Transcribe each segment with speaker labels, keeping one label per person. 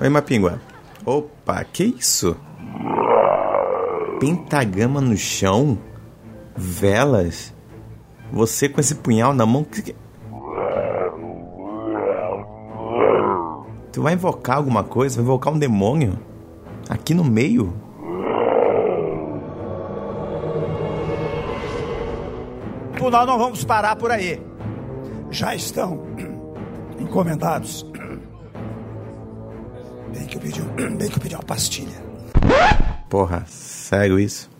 Speaker 1: Oi, Mapingua. Opa, que isso? Pentagama no chão? Velas? Você com esse punhal na mão? que- que- Tu vai invocar alguma coisa? Vai invocar um demônio? Aqui no meio?
Speaker 2: Por nós não vamos parar por aí. Já estão encomendados. Bem que eu pedi, um- bem que eu pedi uma pastilha.
Speaker 1: Porra, sério isso?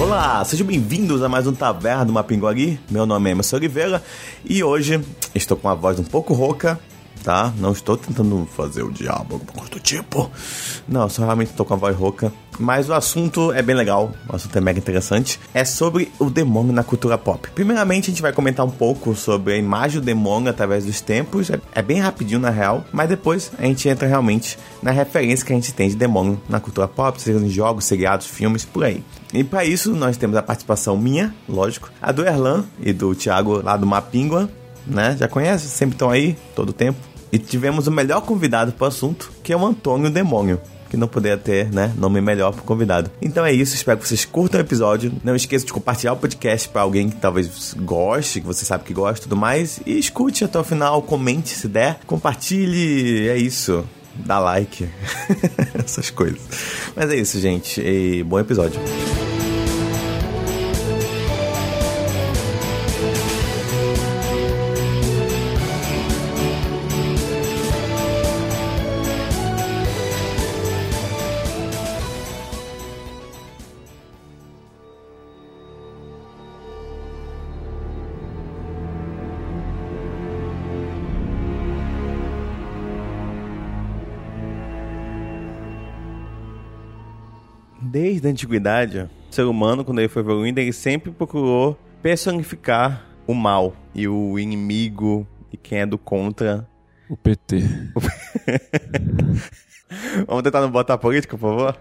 Speaker 1: Olá, sejam bem-vindos a mais um Taverna do Mapinguari. Meu nome é Emerson Oliveira e hoje estou com uma voz um pouco rouca, tá? Não estou tentando fazer o diabo alguma coisa do tipo. Não, só realmente estou com a voz rouca. Mas o assunto é bem legal, o assunto é mega interessante. É sobre o demônio na cultura pop. Primeiramente, a gente vai comentar um pouco sobre a imagem do demônio através dos tempos. É- É bem rapidinho, na real. Mas depois a gente entra realmente na referência que a gente tem de demônio na cultura pop, seja em jogos, seriados, filmes, por aí. E para isso, nós temos a participação minha, lógico, a do Erlan e do Thiago lá do Mapingua, né? Já conhece? Sempre estão aí, todo tempo. E tivemos o melhor convidado para o assunto, que é o Antônio Demônio. Que não poderia ter, né? Nome melhor pro convidado. Então é isso, espero que vocês curtam o episódio. Não esqueça de compartilhar o podcast para alguém que talvez goste, que você sabe que gosta e tudo mais. E escute até o final, comente se der, compartilhe. É isso. Dá like. Essas coisas. Mas é isso, gente. E bom episódio. Desde a antiguidade, o ser humano, quando ele foi evoluindo, ele sempre procurou personificar o mal e o inimigo e quem é do contra.
Speaker 3: O PT.
Speaker 1: Vamos tentar não botar política, por favor?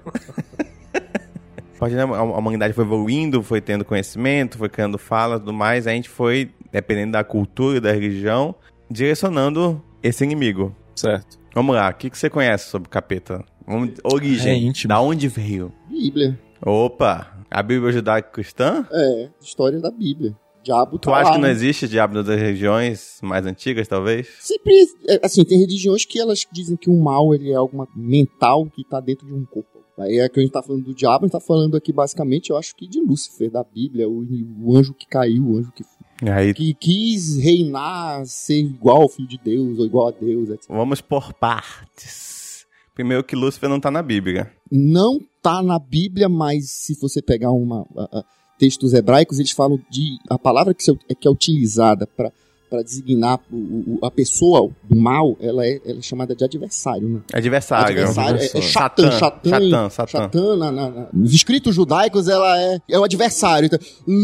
Speaker 1: A partir da- a humanidade foi evoluindo, foi tendo conhecimento, foi criando fala e tudo mais. A gente foi, dependendo da cultura, da religião, direcionando esse inimigo.
Speaker 3: Certo.
Speaker 1: Vamos lá, o que, que você conhece sobre o capeta? Vamos- origem,
Speaker 3: É íntimo.
Speaker 1: da onde veio?
Speaker 4: Bíblia.
Speaker 1: Opa, a Bíblia judaica cristã?
Speaker 4: É, história da Bíblia. Diabo
Speaker 1: Tu
Speaker 4: tá
Speaker 1: acha
Speaker 4: lá,
Speaker 1: que não é
Speaker 4: né?
Speaker 1: existe diabo das regiões mais antigas, talvez?
Speaker 4: Sempre, é, assim, tem religiões que elas dizem que o mal ele é alguma mental que tá dentro de um corpo. Aí é que a gente tá falando do diabo, a gente tá falando aqui basicamente, eu acho que de Lúcifer, da Bíblia, o, o anjo que caiu, o anjo que,
Speaker 1: Aí.
Speaker 4: que quis reinar, ser igual ao filho de Deus, ou igual a Deus, etc.
Speaker 1: Vamos por partes. Primeiro que Lúcifer não tá na Bíblia.
Speaker 4: Não tá na Bíblia, mas se você pegar uma, a- a- textos hebraicos, eles falam de. A palavra que, se, é- que é utilizada para para designar o- o- a pessoa do mal, ela é, ela é chamada de adversário, né?
Speaker 5: Tá,
Speaker 1: Adversário.
Speaker 4: adversário é, é
Speaker 1: Satã,
Speaker 4: Satã, Satã,
Speaker 1: Satã, Satã.
Speaker 4: Satã, na- na- na- nos escritos judaicos ela é, é o adversário. Então,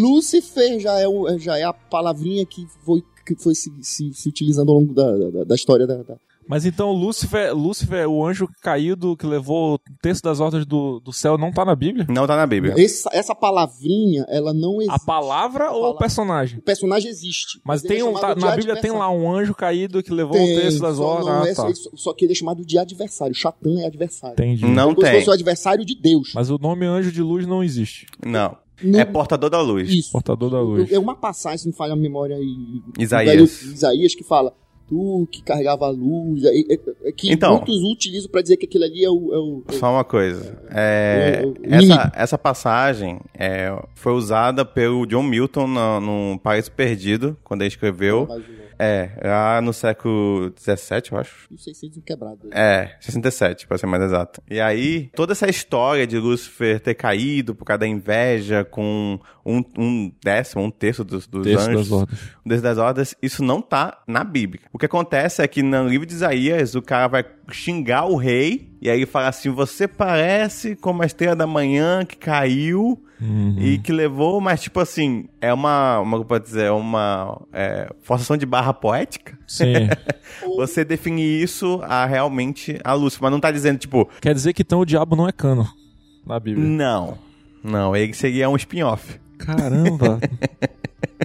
Speaker 4: Lúcifer já é, o- já é a palavrinha que foi, que foi se, se- se utilizando ao longo da, da- da história da, da-
Speaker 3: Mas então Lúcifer, Lúcifer, o anjo caído que levou o texto das ordens do, do céu, não tá na Bíblia?
Speaker 1: Não tá na Bíblia.
Speaker 4: Essa, essa palavrinha, ela não existe.
Speaker 3: A palavra ou o
Speaker 4: palavra.
Speaker 3: personagem?
Speaker 4: O personagem existe.
Speaker 3: Mas
Speaker 4: ele
Speaker 3: tem
Speaker 4: é
Speaker 3: um,
Speaker 4: chamado
Speaker 3: tá-
Speaker 4: de
Speaker 3: na Bíblia tem
Speaker 4: adversário.
Speaker 3: lá um anjo caído que levou
Speaker 4: Tem,
Speaker 3: o texto das
Speaker 4: só
Speaker 3: ordens.
Speaker 4: não
Speaker 3: Ah,
Speaker 4: é-
Speaker 3: tá.
Speaker 4: ele- só que ele é chamado de adversário. Chatã é adversário.
Speaker 3: Entendi.
Speaker 1: Não
Speaker 4: Como se
Speaker 1: tem.
Speaker 4: fosse o adversário de Deus.
Speaker 3: Mas o nome anjo de luz não existe.
Speaker 1: Não.
Speaker 4: No-
Speaker 1: É portador da luz.
Speaker 4: Isso.
Speaker 3: Portador da luz.
Speaker 4: É uma passagem, se não falha a memória aí.
Speaker 1: Isaías.
Speaker 4: Velho- Isaías que fala, tu que carregava a luz. aí- é- é que
Speaker 1: Então.
Speaker 4: muitos utilizam pra dizer que aquilo ali é o. é o- é o-
Speaker 1: Só uma coisa. É,
Speaker 4: O- o- o
Speaker 1: essa,
Speaker 4: inimigo.
Speaker 1: essa passagem é, foi usada pelo John Milton no, no Paraíso Perdido, quando ele escreveu. É, lá no século XVII, eu acho.
Speaker 4: Não sei se eles quebrado.
Speaker 1: É, 67, pra ser mais exato. E aí, toda essa história de Lúcifer ter caído por causa da inveja com um, um décimo, um terço dos, dos
Speaker 3: Texto das
Speaker 1: anjos,
Speaker 3: ordens.
Speaker 1: um terço das ordens, isso não tá na Bíblia. O que acontece é que no livro de Isaías, o cara vai xingar o rei, e aí ele fala assim, você parece como a estrela da manhã que caiu
Speaker 3: Uhum.
Speaker 1: e que levou, mas tipo assim, é uma, uma como pode dizer, é uma é, forçação de barra poética?
Speaker 3: Sim.
Speaker 1: Você define isso a realmente a Lúcifer, mas não tá dizendo, tipo,
Speaker 3: Quer dizer que então o diabo não é cano na Bíblia.
Speaker 5: é
Speaker 1: não. Não, ele seria um spin-off.
Speaker 3: Caramba.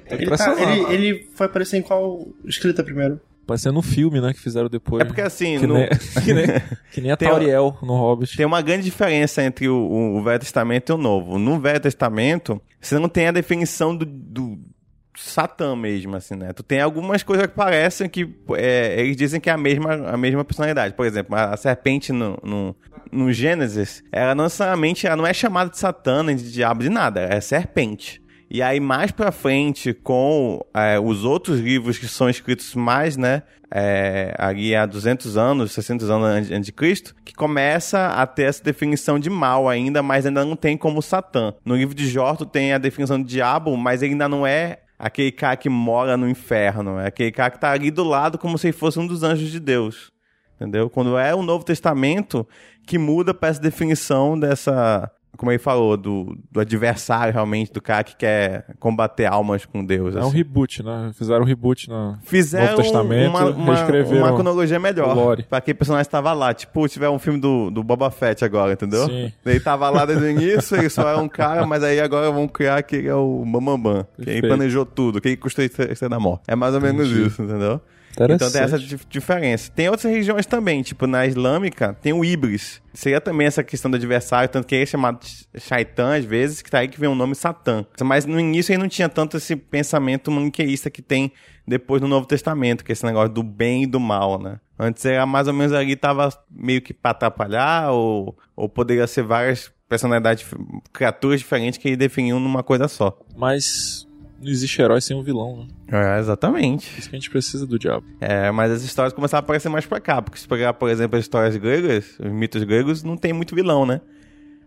Speaker 3: Tô
Speaker 2: Ele, tá-
Speaker 3: impressionado.
Speaker 2: ele, ele foi aparecer em qual escrita primeiro?
Speaker 3: Parecendo um filme, né? Que fizeram depois.
Speaker 5: É porque assim,
Speaker 3: que,
Speaker 5: no-
Speaker 3: nem, que, nem, que nem a
Speaker 5: Tem-
Speaker 3: Tauriel no Hobbit.
Speaker 5: Tem uma grande diferença entre o, o Velho Testamento e o Novo. No Velho Testamento, você não tem a definição do, do Satã mesmo, assim, né? Tu tem algumas coisas que parecem que é, eles dizem que é a mesma, a mesma personalidade. Por exemplo, a, a serpente no, no, no Gênesis, ela não necessariamente ela não é chamada de Satã, nem de diabo, de nada. É serpente. E aí, mais pra frente, com é, os outros livros que são escritos mais, né? é, ali há 200 anos, 600 anos antes antes de Cristo, que começa a ter essa definição de mal ainda, mas ainda não tem como Satã. No livro de Jó, tu tem a definição de diabo, mas ele ainda não é aquele cara que mora no inferno, é aquele cara que tá ali do lado como se ele fosse um dos anjos de Deus. Entendeu? Quando é o Novo Testamento que muda pra essa definição dessa. Como ele falou, do, do adversário realmente, do cara que quer combater almas com Deus.
Speaker 3: É um
Speaker 5: assim.
Speaker 3: reboot, né? Fizeram um reboot na.
Speaker 5: Fizeram
Speaker 3: Novo Testamento,
Speaker 5: uma, uma,
Speaker 3: reescreveram
Speaker 5: uma cronologia melhor.
Speaker 3: o lore.
Speaker 5: Pra que personagem tava lá. Tipo, tiver um filme do, do Boba Fett agora, entendeu?
Speaker 3: Sim.
Speaker 5: Ele tava lá desde o início, ele só é um cara, mas aí agora vão criar que ele é o Mamambam. Quem
Speaker 3: Perfeito.
Speaker 5: planejou tudo, quem custou ser da morte. É mais ou menos
Speaker 3: Entendi.
Speaker 5: isso, entendeu? Então
Speaker 3: Interessante.
Speaker 5: tem essa dif- diferença. Tem outras regiões também, tipo na islâmica, tem o Ibris. Seria também essa questão do adversário, tanto que ele é chamado de Shaitan às vezes, que tá aí que vem o nome Satã. Mas no início ele não tinha tanto esse pensamento maniqueísta que tem depois no Novo Testamento, que é esse negócio do bem e do mal, né? Antes era mais ou menos ali, tava meio que pra atrapalhar, ou, ou poderia ser várias personalidades, criaturas diferentes que ele definiu numa coisa só.
Speaker 3: Mas não existe herói sem um vilão, né?
Speaker 5: É, exatamente.
Speaker 3: Por isso que a gente precisa do diabo.
Speaker 5: É, mas as histórias começaram a aparecer mais pra cá, porque se pegar, por exemplo, as histórias gregas, os mitos gregos, não tem muito vilão, né?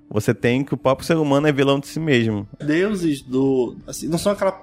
Speaker 5: Você tem que o próprio ser humano é vilão de si mesmo.
Speaker 2: Deuses do. assim, não são aquela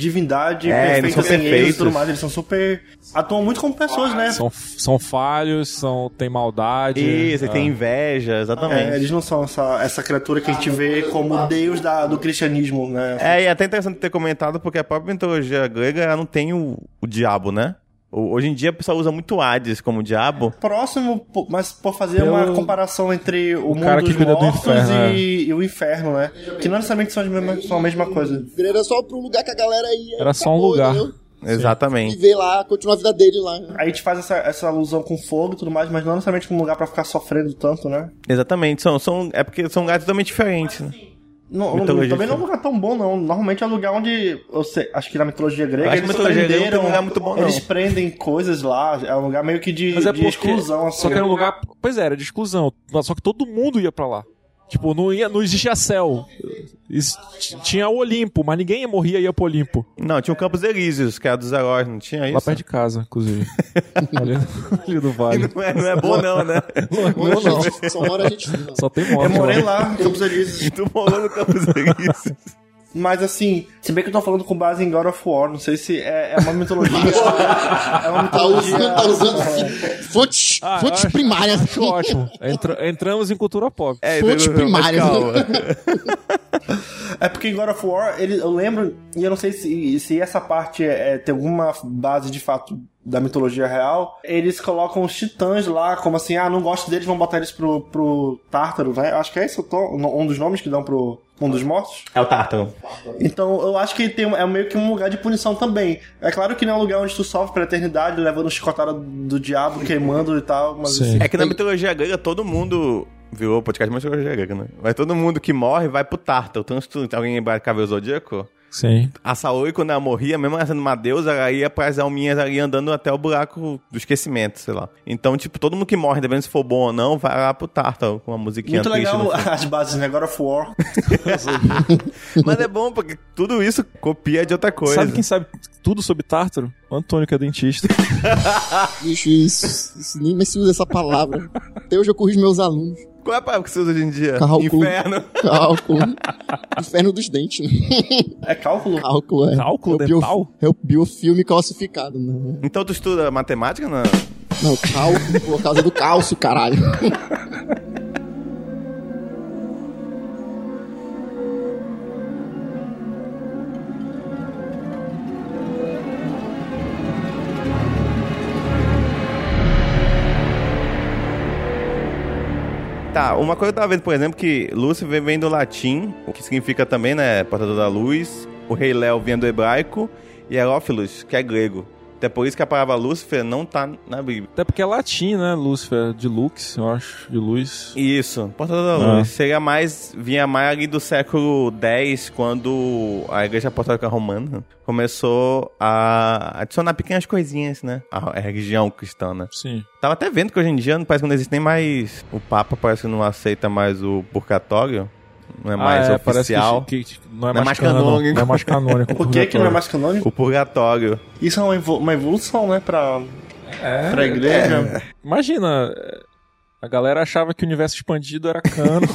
Speaker 2: divindade
Speaker 5: É, eles
Speaker 2: perfeita
Speaker 5: são
Speaker 2: sem erros e tudo
Speaker 5: perfeitos.
Speaker 2: mais. Eles são super. Atuam muito como pessoas, né?
Speaker 3: São, são falhos, são, tem maldade.
Speaker 5: Isso,
Speaker 3: Ah,
Speaker 5: aí tem inveja,
Speaker 2: É,
Speaker 5: exatamente.
Speaker 2: eles não são essa, essa criatura que a gente vê como deus da- do cristianismo, né?
Speaker 5: É, e é até interessante ter comentado, porque a própria mitologia grega ela não tem o, o diabo, né? O- hoje em dia o pessoal usa muito Hades como diabo.
Speaker 2: Próximo, pô, mas por fazer
Speaker 3: Pelo-
Speaker 2: uma comparação entre o, mundo
Speaker 3: cara que
Speaker 2: dos
Speaker 3: cuida do
Speaker 2: mortos
Speaker 3: inferno, é.
Speaker 2: e, e o inferno, né? Que não necessariamente são, as mesmas- são a mesma coisa.
Speaker 4: Era só pra um lugar que a galera ia.
Speaker 3: Era só um
Speaker 4: acabou,
Speaker 3: lugar.
Speaker 4: entendeu?
Speaker 5: Exatamente.
Speaker 4: Viver lá, continuar a vida dele lá. né?
Speaker 2: Aí te faz essa, essa alusão com fogo e tudo mais, mas não necessariamente com um lugar pra ficar sofrendo tanto, né?
Speaker 5: Exatamente. São, são, é porque são lugares totalmente diferentes, né?
Speaker 2: Não,
Speaker 5: Mitologia
Speaker 2: também não é um
Speaker 5: diferente.
Speaker 2: lugar tão bom, não. Normalmente é um lugar onde. Eu sei, acho que na mitologia grega
Speaker 5: Acho que
Speaker 2: eles
Speaker 5: a mitologia grega não tem
Speaker 2: prenderam.
Speaker 5: um lugar muito bom, não.
Speaker 2: eles prendem coisas lá. É um lugar meio que de,
Speaker 3: Mas é
Speaker 2: de
Speaker 3: porque-
Speaker 2: exclusão, assim.
Speaker 3: Só que era um
Speaker 5: né?
Speaker 3: lugar. Pois é, era de exclusão. Só que todo mundo ia pra lá. Tipo, não, ia, não existia céu. Isso- t- tinha o Olimpo, mas ninguém morria e ia pro Olimpo.
Speaker 5: Não, tinha o Campos Elíseos, que era dos heróis, não tinha isso?
Speaker 3: Lá perto de casa, inclusive. ali, ali do vale.
Speaker 5: Não é, não é bom não, né?
Speaker 4: Mora a gente- Só mora a gente. não.
Speaker 3: Só tem morte.
Speaker 5: É
Speaker 2: Eu morei
Speaker 3: lá.
Speaker 2: lá, em Campos Elíseos.
Speaker 5: Tu morou no Campos Elíseos.
Speaker 2: Mas assim, se bem que eu tô falando com base em God of War, não sei se é, é uma mitologia. é uma
Speaker 5: Ah.
Speaker 4: Tá usando,
Speaker 2: mitologia. É.
Speaker 4: tá usando assim, fontes,
Speaker 3: Ah, eu
Speaker 4: fontes
Speaker 3: acho-
Speaker 4: primárias.
Speaker 3: Acho ótimo. Entra- entramos em cultura pop.
Speaker 5: É,
Speaker 4: Fontes
Speaker 5: mas
Speaker 4: primárias.
Speaker 5: calma.
Speaker 2: É porque em God of War, ele, eu lembro, e eu não sei se, se essa parte é, é- tem alguma base de fato da mitologia real, eles colocam os titãs lá, como assim, ah, não gosto deles, vão botar eles pro, pro Tártaro, né? Acho que é esse o tom- um dos nomes que dão pro. Um dos mortos?
Speaker 5: É o Tártaro.
Speaker 2: Então eu acho que tem, um- é meio que um lugar de punição também. É claro que não é um lugar onde tu sofre pra eternidade, levando chicotada do diabo, queimando e tal, mas
Speaker 3: Sim.
Speaker 2: assim,
Speaker 5: É que na
Speaker 4: Tem-
Speaker 5: mitologia grega todo mundo. Virou podcast mais mitologia grega, né? Mas todo mundo que morre vai pro Tártaro. Então, se tu- alguém lembrar de Cavaleiro Zodíaco,
Speaker 3: Sim.
Speaker 5: a Saori, quando ela morria, mesmo ela sendo uma deusa, ela ia pras alminhas ali andando até o buraco do esquecimento, sei lá. Então, tipo, todo mundo que morre, dependendo se for bom ou não, vai lá pro Tártaro com uma musiquinha
Speaker 2: Muito
Speaker 5: triste.
Speaker 2: legal
Speaker 5: no fundo.
Speaker 2: as bases, é né? God of War.
Speaker 5: Mas é bom, porque tudo isso copia de outra coisa.
Speaker 3: Sabe quem sabe tudo sobre Tártaro? O Antônio, que é dentista.
Speaker 4: Bicho, isso, isso nem mais se usa essa palavra. Até hoje eu corrijo meus alunos.
Speaker 5: Qual é a palavra que você usa hoje em dia?
Speaker 4: Cálculo.
Speaker 5: Inferno.
Speaker 4: Cálculo. Inferno dos dentes, né?
Speaker 2: É cálculo?
Speaker 4: Cálculo é.
Speaker 3: Cálculo
Speaker 4: é o bio-
Speaker 3: dental?
Speaker 4: É o biofilme calcificado, né?
Speaker 5: Então, tu estuda matemática? Não?
Speaker 4: Não, cálculo por causa do cálcio, caralho.
Speaker 5: Tá, tá, uma coisa eu tava vendo, por exemplo, que Lúcifer vem do latim, o que significa também, né, portador da luz. O rei Léo vinha do hebraico e Herófilos, que é grego. Até por isso que a palavra Lúcifer não tá na Bíblia.
Speaker 3: Até porque é latim, né? Lúcifer, de lux, eu acho, de luz.
Speaker 5: Isso, portador da
Speaker 3: Ah.
Speaker 5: luz. Seria mais, vinha mais ali do século X, quando a Igreja Apostólica Romana começou a adicionar pequenas coisinhas, né? A religião cristã, né?
Speaker 3: Sim.
Speaker 5: Tava até vendo que hoje em dia não parece que não existe nem mais. O Papa parece que não aceita mais o purgatório. Não é mais
Speaker 3: Ah, é, parece
Speaker 5: oficial.
Speaker 3: Que, que não
Speaker 5: Não
Speaker 3: é
Speaker 5: é
Speaker 3: mais
Speaker 5: mais
Speaker 3: canônico.
Speaker 5: canônico.
Speaker 3: Não é mais canônico.
Speaker 2: Por que, que não é mais canônico?
Speaker 5: O purgatório.
Speaker 2: Isso é uma, evo- uma evolução, né, pra,
Speaker 3: É,
Speaker 2: pra igreja.
Speaker 3: Imagina, é, a galera achava que o universo expandido era cano.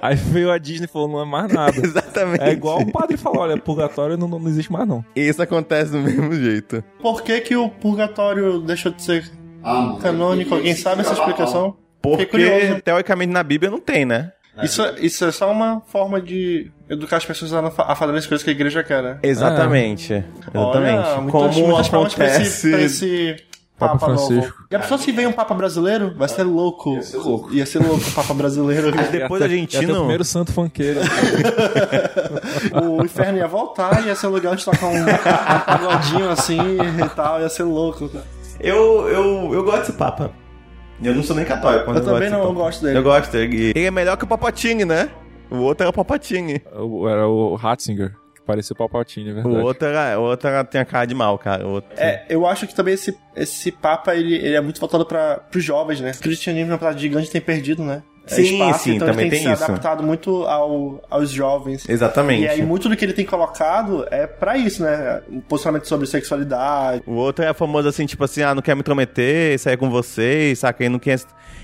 Speaker 3: aí veio a Disney e falou, não é mais nada.
Speaker 5: Exatamente.
Speaker 3: É igual o padre falou, olha, purgatório não, não existe mais não.
Speaker 5: Isso acontece do mesmo jeito.
Speaker 2: Por que que o purgatório deixou de ser
Speaker 4: Ah, mano.
Speaker 2: canônico? Alguém sabe essa explicação? Fiquei
Speaker 5: Porque,
Speaker 2: curioso.
Speaker 5: teoricamente, na Bíblia não tem, né?
Speaker 2: Isso, é- isso é só uma forma de educar as pessoas a, não fa- a fazerem as coisas que a igreja quer, né?
Speaker 5: Exatamente. Exatamente.
Speaker 2: Olha, muitas,
Speaker 5: Como
Speaker 2: muitas palmas pra esse, é pra
Speaker 5: acontece.
Speaker 2: esse
Speaker 3: Papa
Speaker 2: Papa,
Speaker 3: Francisco.
Speaker 2: novo. E a pessoa se vem um Papa brasileiro, vai ser louco. Ia ser louco. Ia ser louco o Papa brasileiro.
Speaker 5: Depois
Speaker 3: Ia ter-
Speaker 5: argentino-
Speaker 3: ia ter o primeiro santo funkeiro.
Speaker 2: o inferno ia voltar, ia ser um lugar onde tocar um, um pagodinho assim e tal, ia ser louco.
Speaker 5: Eu, eu, eu gosto desse Papa. Eu não sou nem católico. mas
Speaker 2: Eu também
Speaker 5: desse
Speaker 2: não, eu
Speaker 5: Papa.
Speaker 2: gosto dele.
Speaker 5: Eu gosto dele. Ele é melhor que o Papatini, né? O outro era o Papatini.
Speaker 3: O- Era o Ratzinger, que parecia o Palpatine, é
Speaker 5: O
Speaker 3: verdade.
Speaker 5: outro era, o outro era, tem a cara de mal, cara. O outro...
Speaker 2: É, eu acho que também esse, esse Papa, ele, ele é muito voltado para os jovens, né? O cristianismo, apesar de gigante, tem perdido, né? É
Speaker 5: Sim, sim,
Speaker 2: então
Speaker 5: também
Speaker 2: ele tem,
Speaker 5: tem
Speaker 2: se
Speaker 5: isso.
Speaker 2: adaptado muito ao, aos jovens.
Speaker 5: Exatamente.
Speaker 2: E aí, muito do que ele tem colocado é pra isso, né? Um posicionamento sobre sexualidade.
Speaker 5: O outro é famoso assim, tipo assim, ah, não quer me intrometer, sair com vocês, saca? Ele não quer,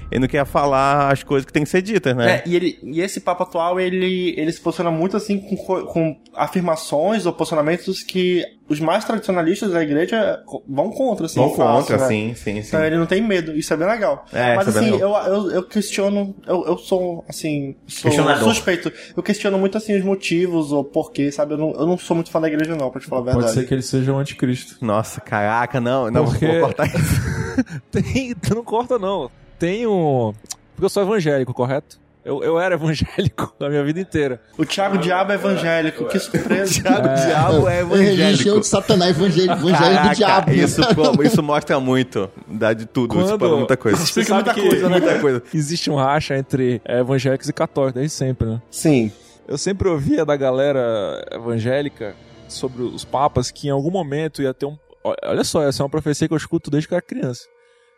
Speaker 5: ele não quer falar as coisas que tem que ser ditas, né?
Speaker 3: É,
Speaker 2: né? e, ele, e esse papo atual, ele, ele se posiciona muito assim com, co- com afirmações ou posicionamentos que os mais tradicionalistas da igreja co- vão contra, assim.
Speaker 5: Vão
Speaker 2: fácil,
Speaker 5: contra,
Speaker 2: né?
Speaker 5: sim, sim, sim.
Speaker 2: Então ele não tem medo, isso é bem legal.
Speaker 5: É,
Speaker 2: Mas
Speaker 5: isso é
Speaker 2: assim,
Speaker 5: bem
Speaker 2: Eu, eu, eu questiono, eu, eu sou, assim, sou
Speaker 5: Questionador.
Speaker 2: suspeito. Eu questiono muito assim os motivos ou porquê, sabe? Eu não, eu não sou muito fã da igreja, não, pra te falar a
Speaker 3: Pode
Speaker 2: verdade.
Speaker 3: ser que ele seja o anticristo.
Speaker 5: Nossa, caraca, não, não
Speaker 3: Porque-
Speaker 5: vou cortar isso.
Speaker 3: Tem, tu não corta não. Tem um... Porque eu sou evangélico, correto? Eu, eu era evangélico a minha vida inteira.
Speaker 2: O Thiago Diabo é evangélico, que surpresa.
Speaker 5: Thiago Diabo é
Speaker 4: Religião
Speaker 5: evangélico.
Speaker 4: de Satanás, evangelho, evangelho do
Speaker 5: Caraca,
Speaker 4: diabo.
Speaker 5: Isso, pô, isso mostra muito. Dá de tudo, isso para muita coisa.
Speaker 3: Você sabe
Speaker 2: muita
Speaker 3: que
Speaker 2: coisa, né?
Speaker 5: Muita coisa.
Speaker 3: existe um racha entre é, evangélicos e católicos, desde sempre, né?
Speaker 2: Sim.
Speaker 3: Eu sempre ouvia da galera evangélica sobre os papas que em algum momento ia ter um. Ó, Olha só, essa é uma profecia que eu escuto desde que eu era criança.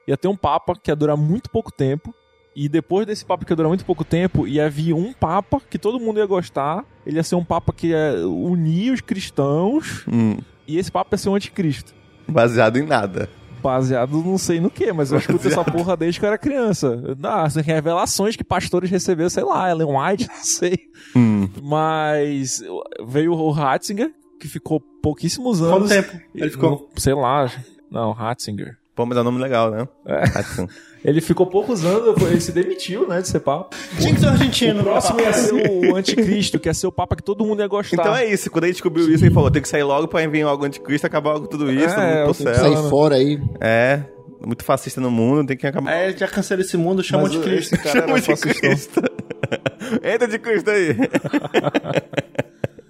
Speaker 3: Ia ter um papa que ia durar muito pouco tempo. E depois desse papa que ia durar muito pouco tempo, ia vir um papa que todo mundo ia gostar. Ele ia ser um papa que ia unir os cristãos.
Speaker 5: Hum,
Speaker 3: E esse papa ia ser um anticristo.
Speaker 5: baseado em nada.
Speaker 3: Baseado não sei no que, mas eu escuto essa porra desde que eu era criança. Ah, as revelações que pastores receberam, sei lá, Ellen White, não sei.
Speaker 5: Hum.
Speaker 3: Mas veio o Ratzinger, que ficou pouquíssimos
Speaker 2: Quanto
Speaker 3: anos.
Speaker 2: tempo ele ficou?
Speaker 3: Não, Sei lá. Não, Ratzinger.
Speaker 5: Pô, mas é um nome legal, né?
Speaker 3: É.
Speaker 5: Assim.
Speaker 3: Ele ficou poucos anos, ele se demitiu, né, de ser papa.
Speaker 2: Tinha que ser argentino.
Speaker 3: O próximo ia ser o anticristo, que ia ser o papa que todo mundo ia gostar.
Speaker 5: Então é isso, quando ele descobriu isso, ele falou: tem que sair logo pra vir logo anticristo, acabar logo tudo isso,
Speaker 3: É,
Speaker 5: todo mundo
Speaker 3: eu
Speaker 5: pro
Speaker 3: tenho que
Speaker 5: céu.
Speaker 4: Sai
Speaker 3: Ela-
Speaker 4: fora aí.
Speaker 5: É, muito fascista no mundo, tem que acabar.
Speaker 2: É, já cancela esse mundo, chama
Speaker 3: Mas
Speaker 2: de
Speaker 3: o-
Speaker 2: Cristo.
Speaker 3: esse cara era
Speaker 5: Chama de
Speaker 3: fascistão.
Speaker 5: Cristo. um? Entra de Cristo aí.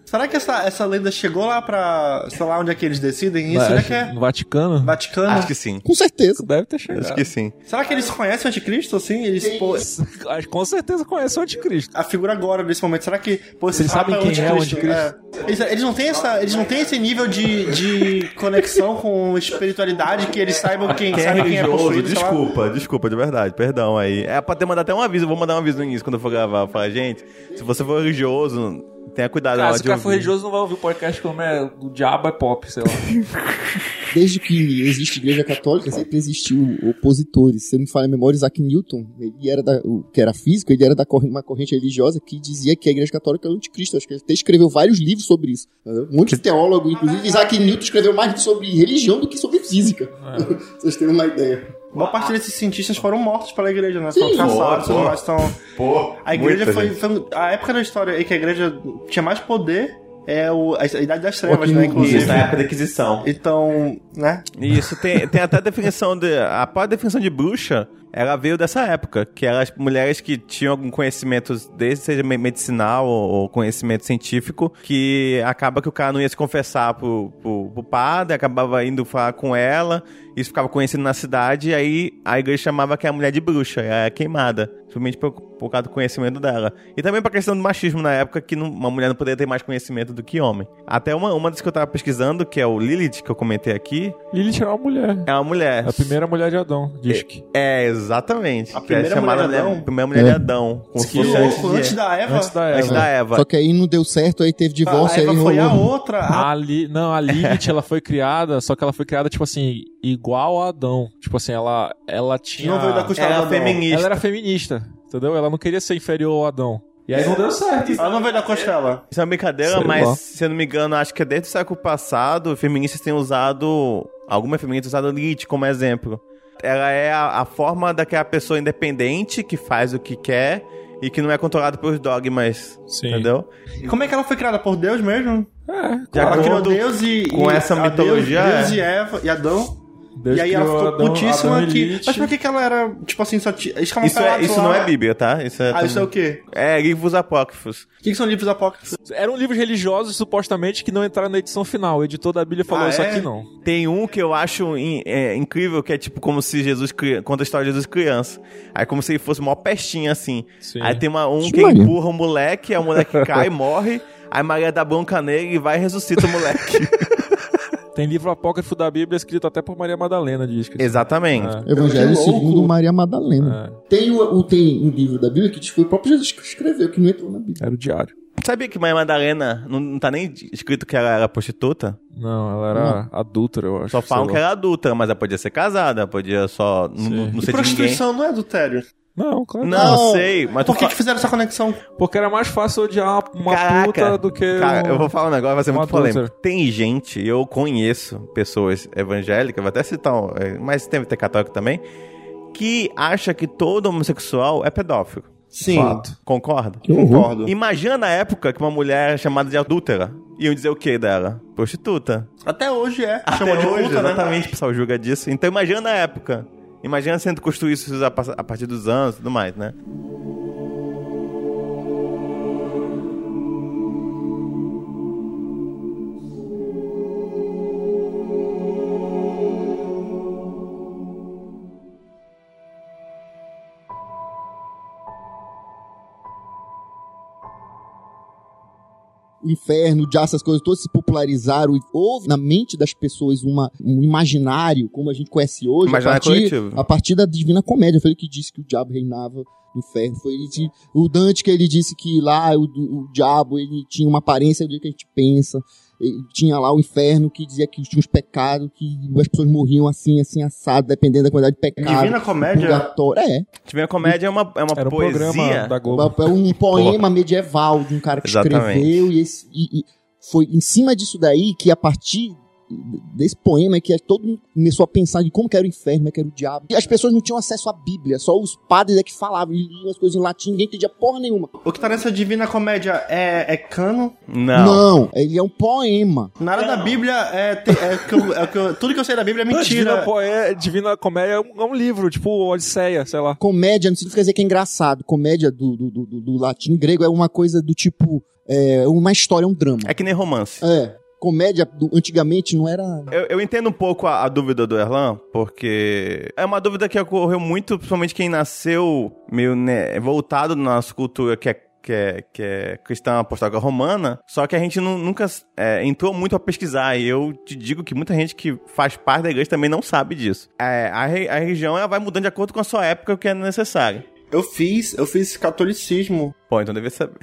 Speaker 2: Será que essa, essa lenda chegou lá pra. sei lá onde é que eles decidem isso? Será que é
Speaker 3: No Vaticano?
Speaker 2: Vaticano?
Speaker 5: Acho que sim.
Speaker 4: Com certeza.
Speaker 3: Deve ter
Speaker 5: Acho
Speaker 3: chegado.
Speaker 5: que sim.
Speaker 2: Será que eles conhecem o anticristo assim? Eles, pô,
Speaker 3: Acho- Com certeza conhece o anticristo.
Speaker 2: a figura agora, nesse momento, será que. Pô, esse
Speaker 3: Eles
Speaker 2: Papa
Speaker 3: sabem quem é o
Speaker 2: É. Eles, eles não têm essa, eles não têm esse nível de, de conexão com espiritualidade que eles saibam quem, sabe quem é possuído. sei lá.
Speaker 5: desculpa, desculpa, de verdade, perdão aí. É pra ter mandado até um aviso, eu vou mandar um aviso no início quando eu for gravar. Falar, gente, se você for religioso, tenha cuidado na
Speaker 3: Cara,
Speaker 5: hora
Speaker 3: se o
Speaker 5: de
Speaker 3: cara for
Speaker 5: ouvir.
Speaker 3: religioso, não vai ouvir o podcast como é o diabo é pop, sei lá.
Speaker 4: Desde que existe igreja católica, sempre existiu opositores. Se eu não me falha a memória, Isaac Newton, ele era da, o que era físico, ele era da corre- uma corrente religiosa que dizia que a igreja católica era o anticristo. Acho que ele até escreveu vários livros sobre isso. entendeu? Um Muitos teólogos, inclusive Isaac Newton escreveu mais sobre religião do que sobre física. Vocês têm uma ideia.
Speaker 2: Boa parte desses cientistas foram mortos pela igreja, né?
Speaker 4: Sim.
Speaker 2: Foram caçados,
Speaker 5: Pô, pô.
Speaker 2: tudo mais, então.
Speaker 5: Pô,
Speaker 2: A igreja
Speaker 5: muita
Speaker 2: foi,
Speaker 5: gente.
Speaker 2: foi a época da história em que a igreja tinha mais poder é o, a Idade das Trevas, né?
Speaker 5: Isso, na
Speaker 2: Inclusive.
Speaker 5: época da Inquisição.
Speaker 2: Então, né?
Speaker 5: Isso, tem, tem até a definição de. A própria definição de bruxa, ela veio dessa época, que eram as mulheres que tinham algum conhecimento, desde seja me- medicinal ou, ou conhecimento científico, que acaba que o cara não ia se confessar pro, pro, pro padre, acabava indo falar com ela, isso ficava conhecido na cidade, e aí a igreja chamava que a mulher de bruxa, e ela é queimada. Simplesmente por, por causa do conhecimento dela. E também pra questão do machismo na época, que não- uma mulher não poderia ter mais conhecimento do que homem. Até uma, uma das que eu tava pesquisando, que é o Lilith, que eu comentei aqui,
Speaker 3: Lilith era uma mulher.
Speaker 5: é uma mulher.
Speaker 3: A primeira mulher de Adão, diz que.
Speaker 5: É, exatamente.
Speaker 2: A
Speaker 5: Que
Speaker 2: primeira
Speaker 5: é chamada
Speaker 2: mulher de
Speaker 5: mulher-
Speaker 2: Adão?
Speaker 5: primeira
Speaker 3: É.
Speaker 5: mulher de Adão. Como se
Speaker 2: Que
Speaker 5: fosse antes,
Speaker 2: louco,
Speaker 5: de-
Speaker 2: É. antes da Eva.
Speaker 3: Antes da
Speaker 5: antes
Speaker 3: Eva.
Speaker 5: da Eva.
Speaker 4: Só que aí não deu certo, aí teve divórcio,
Speaker 2: a Ah, Eva
Speaker 4: aí
Speaker 2: foi
Speaker 5: um-
Speaker 2: a
Speaker 4: rolou.
Speaker 2: outra. a-
Speaker 5: Ah.
Speaker 3: A Li- Não, a Lilith, ela foi criada, só que ela foi criada, tipo assim, igual a Adão. Tipo assim, ela, ela tinha...
Speaker 2: não veio da costela
Speaker 5: Ela
Speaker 2: do
Speaker 5: era
Speaker 2: Adão.
Speaker 5: feminista.
Speaker 3: Ela era feminista, entendeu? Ela não queria ser inferior ao Adão. E aí não deu certo.
Speaker 2: Ela não veio da costela.
Speaker 5: Isso é uma brincadeira,
Speaker 3: Sei
Speaker 5: mas
Speaker 3: lá.
Speaker 5: se eu não me engano, acho que desde o século passado, feministas têm usado. Algumas feministas usaram Lilith como exemplo. Ela é a, a forma daquela pessoa independente que faz o que quer e que não é controlada pelos dogmas.
Speaker 3: Sim.
Speaker 5: Entendeu?
Speaker 2: E como é que ela foi criada? Por Deus mesmo?
Speaker 3: É,
Speaker 5: De
Speaker 2: ela
Speaker 5: acordo
Speaker 2: criou Deus e.
Speaker 5: com
Speaker 2: e
Speaker 5: essa
Speaker 2: a Deus-
Speaker 5: mitologia,
Speaker 2: Deus,
Speaker 5: é.
Speaker 2: e Eva e Adão.
Speaker 3: Deus
Speaker 2: e aí ela
Speaker 3: criou
Speaker 2: ficou
Speaker 3: Adão-
Speaker 2: putíssima
Speaker 3: Adão e
Speaker 2: que.
Speaker 3: Lilith.
Speaker 2: Mas por que, que ela era, tipo assim, só tinha. Isso,
Speaker 5: Isso, é, isso não é Bíblia, tá? Isso é,
Speaker 2: Ah, isso é o
Speaker 5: também-
Speaker 2: quê?
Speaker 5: é livros apócrifos.
Speaker 2: O que, que são livros apócrifos?
Speaker 3: Eram livros religiosos, supostamente, que não entraram na edição final. O editor da Bíblia falou
Speaker 2: Ah,
Speaker 3: isso
Speaker 2: é?
Speaker 3: aqui não.
Speaker 5: Tem um que eu acho in- é, incrível, que é tipo como se Jesus cri- conta a história de Jesus criança. Aí como se ele fosse uma pestinha assim.
Speaker 3: Sim.
Speaker 5: Aí tem uma, um
Speaker 4: Ixi,
Speaker 5: que
Speaker 4: Maria.
Speaker 5: empurra o moleque, aí o moleque cai, morre. Aí Maria dá bronca nele e vai e ressuscita o moleque.
Speaker 3: Tem livro apócrifo da Bíblia escrito até por Maria Madalena, diz que.
Speaker 5: Exatamente.
Speaker 3: É.
Speaker 4: Evangelho
Speaker 2: Que louco.
Speaker 4: segundo Maria Madalena.
Speaker 3: É.
Speaker 4: Tem, o, o- tem um livro da Bíblia que diz que foi o próprio Jesus que escreveu, que não entrou na Bíblia.
Speaker 3: Era o diário.
Speaker 5: Sabia que Maria Madalena não, não tá nem escrito que ela era prostituta?
Speaker 3: Não, ela era adúltera, eu acho.
Speaker 5: Só falam
Speaker 3: sei
Speaker 5: que é-
Speaker 3: lá.
Speaker 5: ela era adulta, mas ela podia ser casada, ela podia só. n-
Speaker 3: Sim.
Speaker 5: n- Não
Speaker 2: E
Speaker 5: ser de ninguém.
Speaker 2: prostituição não é adultério.
Speaker 3: Não, claro. que
Speaker 5: Não,
Speaker 4: Não.
Speaker 5: sei, mas
Speaker 2: Por
Speaker 5: tu
Speaker 2: que,
Speaker 5: fa-
Speaker 2: que fizeram essa conexão?
Speaker 3: não. Porque era mais fácil odiar uma
Speaker 5: Caraca.
Speaker 3: puta do que.
Speaker 5: Cara,
Speaker 3: um-
Speaker 5: eu vou falar um negócio, vai ser
Speaker 3: uma
Speaker 5: muito polêmico.
Speaker 3: adúltera.
Speaker 5: Tem gente, eu conheço pessoas evangélicas, vou até citar, um, é, mas deve ter católico também, que acha que todo homossexual é pedófilo.
Speaker 2: Sim.
Speaker 3: Fato.
Speaker 5: Concorda?
Speaker 2: Concordo.
Speaker 5: Imagina na época que uma mulher era chamada de adúltera. Iam dizer o que dela? Prostituta.
Speaker 2: Até hoje é.
Speaker 5: Até
Speaker 2: Chamou de
Speaker 5: hoje,
Speaker 2: puta, né?
Speaker 5: exatamente, o pessoal julga disso. Então imagina na época. Imagina sendo construído isso a pas- a partir dos anos e tudo mais, né?
Speaker 4: o inferno, o jazz, essas coisas todas se popularizaram e houve na mente das pessoas uma, um imaginário, como a gente conhece hoje, a
Speaker 5: Imaginário
Speaker 4: partir,
Speaker 5: coletivo.
Speaker 4: a partir da Divina Comédia. Foi ele que disse que o diabo reinava no inferno. Foi ele que- o Dante que ele disse que lá o, o diabo ele tinha uma aparência do que a gente pensa. E tinha lá o inferno que dizia que tinha os pecados, que as pessoas morriam assim, assim, assado, dependendo da quantidade de pecado.
Speaker 2: Divina Comédia.
Speaker 4: Purgatório. É,
Speaker 5: Tiver comédia é uma, é uma
Speaker 3: Era um
Speaker 5: poesia.
Speaker 3: programa da Globo.
Speaker 4: é um poema medieval de um cara que
Speaker 5: Exatamente.
Speaker 4: escreveu e, esse- e- e foi em cima disso daí que a partir desse poema é que todo mundo começou a pensar de como que era o inferno, como é que era o diabo. E as pessoas não tinham acesso à Bíblia, só os padres é que falavam, e liam as coisas em latim, ninguém entendia porra nenhuma.
Speaker 2: O que tá nessa Divina Comédia é, é cano.
Speaker 5: Não.
Speaker 4: ele é um poema.
Speaker 2: Nada da Bíblia é. te- é que eu- é que eu- tudo que eu sei da Bíblia é
Speaker 3: Divina,
Speaker 2: mentira.
Speaker 3: Poé- Divina Comédia é um, é um livro, tipo Odisseia, sei lá.
Speaker 4: Comédia não significa dizer que é engraçado. Comédia do, do, do, do- do latim grego é uma coisa do tipo, é uma história, é um drama.
Speaker 5: É que nem romance.
Speaker 4: É, comédia do- antigamente não era...
Speaker 5: Eu, eu entendo um pouco a, a dúvida do Erlan, porque é uma dúvida que ocorreu muito, principalmente quem nasceu meio né, voltado na nossa cultura que é, que é, que é cristã apostólica romana, só que a gente nu- nunca é, entrou muito a pesquisar, e eu te digo que muita gente que faz parte da igreja também não sabe disso. É, a, re- a religião ela vai mudando de acordo com a sua época, o que é necessário.
Speaker 2: Eu fiz, eu fiz catolicismo.
Speaker 5: Bom, então deve saber.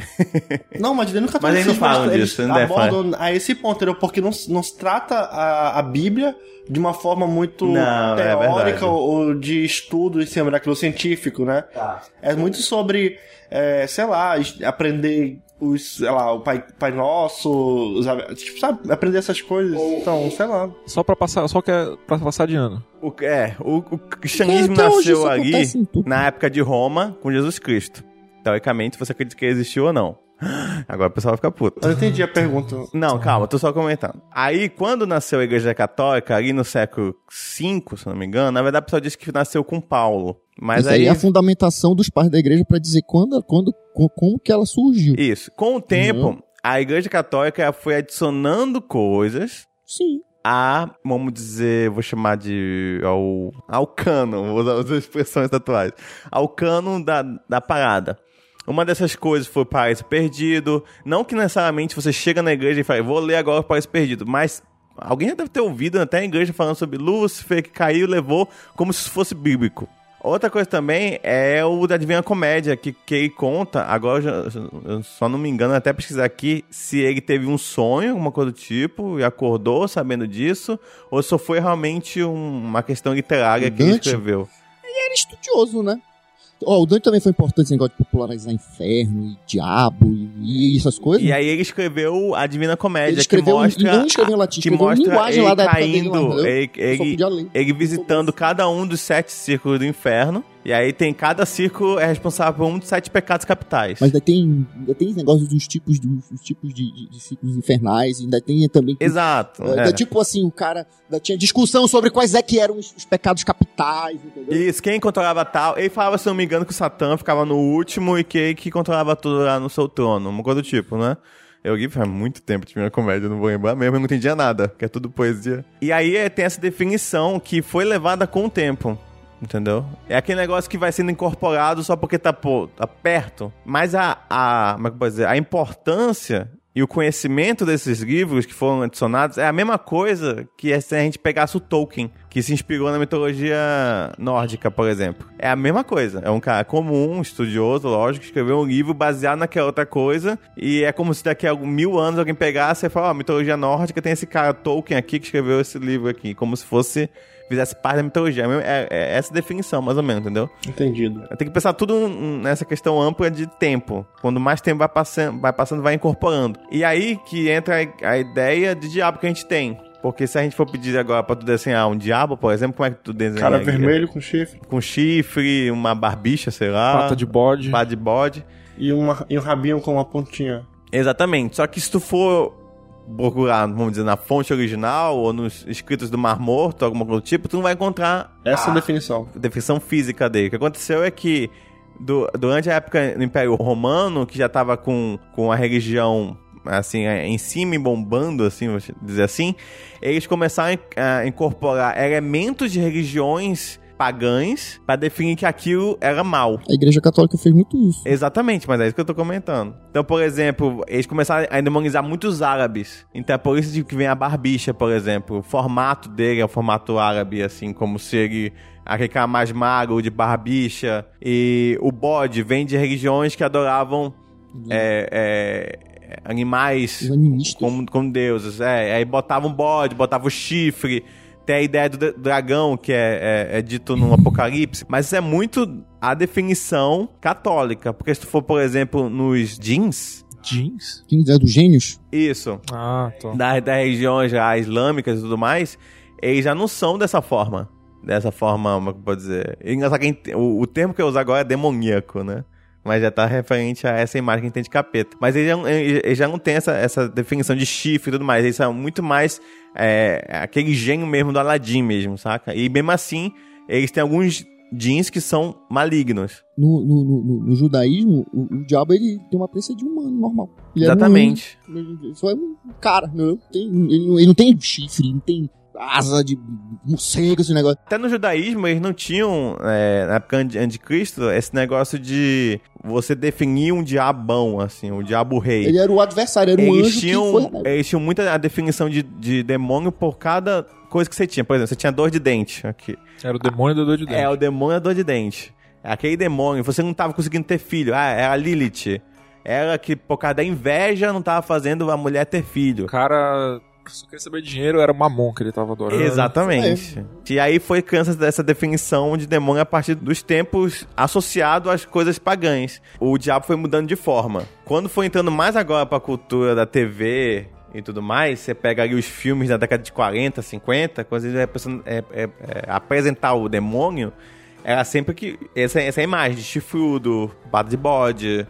Speaker 2: Não, mas dentro do
Speaker 5: Mas eles
Speaker 2: catolicismo
Speaker 5: não falam
Speaker 2: eles,
Speaker 5: disso,
Speaker 2: eles
Speaker 5: não deve falar.
Speaker 2: abordam a esse ponto, entendeu? Porque não, se- não se trata a, a Bíblia de uma forma muito
Speaker 5: Não, é verdade.
Speaker 2: teórica ou, ou de estudo em cima daquilo científico, né?
Speaker 5: Tá.
Speaker 2: É muito sobre, é, sei lá, es- aprender os, sei lá, o Pai, pai Nosso, os ave- tipo, sabe, aprender essas coisas. Então, sei lá.
Speaker 3: Só pra passar, só que é pra passar de ano.
Speaker 5: O, é, o, o cristianismo
Speaker 4: Até hoje
Speaker 5: nasceu
Speaker 4: isso
Speaker 5: ali.
Speaker 4: acontece em tudo.
Speaker 5: na época de Roma com Jesus Cristo. Teoricamente, você acredita que ele existiu ou não. Agora o pessoal vai ficar puto.
Speaker 2: Eu entendi a pergunta.
Speaker 5: Não, calma, tô só comentando. Aí, quando nasceu a Igreja Católica, ali no século V, se não me engano, na verdade o pessoal disse que nasceu com Paulo. Mas
Speaker 4: Isso aí
Speaker 5: aí.
Speaker 4: é a fundamentação dos pais da igreja para dizer quando, quando, com- como que ela surgiu.
Speaker 5: Isso. Com o tempo,
Speaker 4: Uhum.
Speaker 5: a Igreja Católica foi adicionando coisas
Speaker 4: Sim.
Speaker 5: a, vamos dizer, vou chamar de. ao, ao cano, vou usar as expressões atuais. Ao cano da, da parada. Uma dessas coisas foi o Paraíso Perdido. Não que necessariamente você chega na igreja e fala, vou ler agora o Paraíso Perdido, mas. Alguém já deve ter ouvido né, até a igreja falando sobre Lúcifer que caiu e levou como se isso fosse bíblico. Outra coisa também é o da Divina Comédia, que, que ele conta, agora eu, já- eu só não me engano, até pesquisar aqui, se ele teve um sonho, alguma coisa do tipo, e acordou sabendo disso, ou só foi realmente um- uma questão literária que ele
Speaker 4: Dante?
Speaker 5: escreveu.
Speaker 4: Era estudioso, né? Ó, o Dante também foi importante nesse negócio de popularizar inferno e diabo e, e essas coisas.
Speaker 5: E aí ele escreveu a Divina Comédia,
Speaker 4: é. ele escreveu,
Speaker 5: que mostra...
Speaker 4: e não escreveu em latim,
Speaker 5: que
Speaker 4: escreveu em
Speaker 5: mostra
Speaker 4: linguagem
Speaker 5: ele
Speaker 4: lá da época dele.
Speaker 5: caindo,
Speaker 4: Lá, né?
Speaker 5: ele,
Speaker 4: Só
Speaker 5: ele-
Speaker 4: podia ler.
Speaker 5: ele visitando cada um dos sete círculos do inferno, e aí tem cada círculo é responsável por um dos sete pecados capitais.
Speaker 4: Mas ainda tem, ainda tem esse negócio dos tipos, dos, dos tipos de, de, de ciclos infernais, ainda tem também... que-
Speaker 5: Exato.
Speaker 4: É,
Speaker 5: é.
Speaker 4: ainda Tipo assim, o cara ainda tinha discussão sobre quais é que eram os, os pecados capitais, entendeu?
Speaker 5: Isso, quem controlava tal. Ele falava, se não me engano, que o Satã ficava no último e que ele que controlava tudo lá no seu trono. Uma coisa do tipo, né? Eu li faz muito tempo de minha comédia, não vou lembrar mesmo, eu não entendia nada, que é tudo poesia. E aí é, tem essa definição que foi levada com o tempo. Entendeu? É aquele negócio que vai sendo incorporado só porque tá, pô, tá perto. Mas a, a, como é que eu posso dizer? a importância e o conhecimento desses livros que foram adicionados é a mesma coisa que é se a gente pegasse o Tolkien, que se inspirou na mitologia nórdica, por exemplo. É a mesma coisa. É um cara comum, estudioso, lógico, que escreveu um livro baseado naquela outra coisa. E é como se daqui a algum- mil anos alguém pegasse e falasse: Ó, mitologia nórdica tem esse cara Tolkien aqui que escreveu esse livro aqui. Como se fosse. Fizesse parte da mitologia. É, é essa definição, mais ou menos, entendeu?
Speaker 2: Entendido.
Speaker 5: Tem que pensar tudo hum, nessa questão ampla de tempo. Quando mais tempo vai passando, vai passando, vai incorporando. E aí que entra a- a ideia de diabo que a gente tem. Porque se a gente for pedir agora pra tu desenhar um diabo, por exemplo, como é que tu desenha?
Speaker 2: Cara vermelho com chifre
Speaker 5: Com chifre, uma barbicha, sei lá.
Speaker 3: Pata de bode.
Speaker 5: Ah. Pata de bode.
Speaker 2: e, uma, e um rabinho com uma pontinha.
Speaker 5: Exatamente. Só que se tu for procurar, vamos dizer, na fonte original ou nos escritos do Mar Morto, alguma coisa do tipo, tu não vai encontrar
Speaker 2: Essa é a definição.
Speaker 5: definição física dele. O que aconteceu é que du- durante a época do Império Romano, que já estava com, com a religião assim é, em cima e bombando, assim, vou dizer assim, eles começaram a incorporar elementos de religiões pagãs para definir que aquilo era mal.
Speaker 4: A igreja católica fez muito isso.
Speaker 5: Exatamente, mas é isso que eu tô comentando. Então, por exemplo, eles começaram a demonizar muitos árabes. Então é por isso de que vem a barbicha, por exemplo. O formato dele é o formato árabe, assim, como se ele. Aquele cara mais magro de barbicha. E o bode vem de religiões que adoravam é, é, animais
Speaker 4: Os animistas.
Speaker 5: como, como deuses. É, aí botava um bode, botava o chifre. Tem a ideia do dra- dragão, que é, é- é dito no Apocalipse. Mas isso é muito a definição católica. Porque se tu for, por exemplo, nos jeans,
Speaker 3: Jeans?
Speaker 4: Quem é dos gênios?
Speaker 5: isso,
Speaker 3: Ah, tá.
Speaker 5: das, das regiões já islâmicas e tudo mais, eles já não são dessa forma. Dessa forma, como é que eu posso dizer? E engraçado que a gente- o, o termo que eu uso agora é demoníaco, né? Mas já tá referente a essa imagem que a gente tem de capeta. Mas eles já, não- eles- eles já não têm essa, essa definição de chifre e tudo mais. Eles são muito mais é, aquele gênio mesmo do Aladdin mesmo, saca? E mesmo assim, eles têm alguns jeans que são malignos.
Speaker 4: No, no, no- no- no judaísmo, o, o diabo ele tem uma aparência de humano normal. Ele era um
Speaker 5: Exatamente.
Speaker 4: anjo, ele só é um cara, não tem, ele, não, ele não tem chifre, não tem asa de morcego, esse negócio.
Speaker 5: Até no judaísmo eles não tinham, é, na época ante- anticristo, esse negócio de você definir um diabão, assim, um diabo rei.
Speaker 4: Ele era o adversário, era um
Speaker 5: eles,
Speaker 4: anjo que
Speaker 5: tinham,
Speaker 4: foi rebelde.
Speaker 5: eles tinham muita a definição de, de demônio por cada coisa que você tinha. Por exemplo, você tinha dor de dente. Aqui.
Speaker 3: Era o demônio da dor de dente.
Speaker 5: É, o demônio é dor de dente. É aquele demônio, você não tava conseguindo ter filho. Ah, era a Lilith. Ela que, por causa da inveja, não tava fazendo a mulher ter filho.
Speaker 3: O cara só queria saber de dinheiro, era mamon que ele tava adorando.
Speaker 5: Exatamente. E aí foi criança dessa definição de demônio a partir dos tempos associado às coisas pagãs. O diabo foi mudando de forma. Quando foi entrando mais agora pra cultura da TV e tudo mais, você pega ali os filmes da década de 40, 50, quando eles representam- é, é, é, apresentar o demônio, era sempre que essa, essa imagem de chifrudo, bado de bode,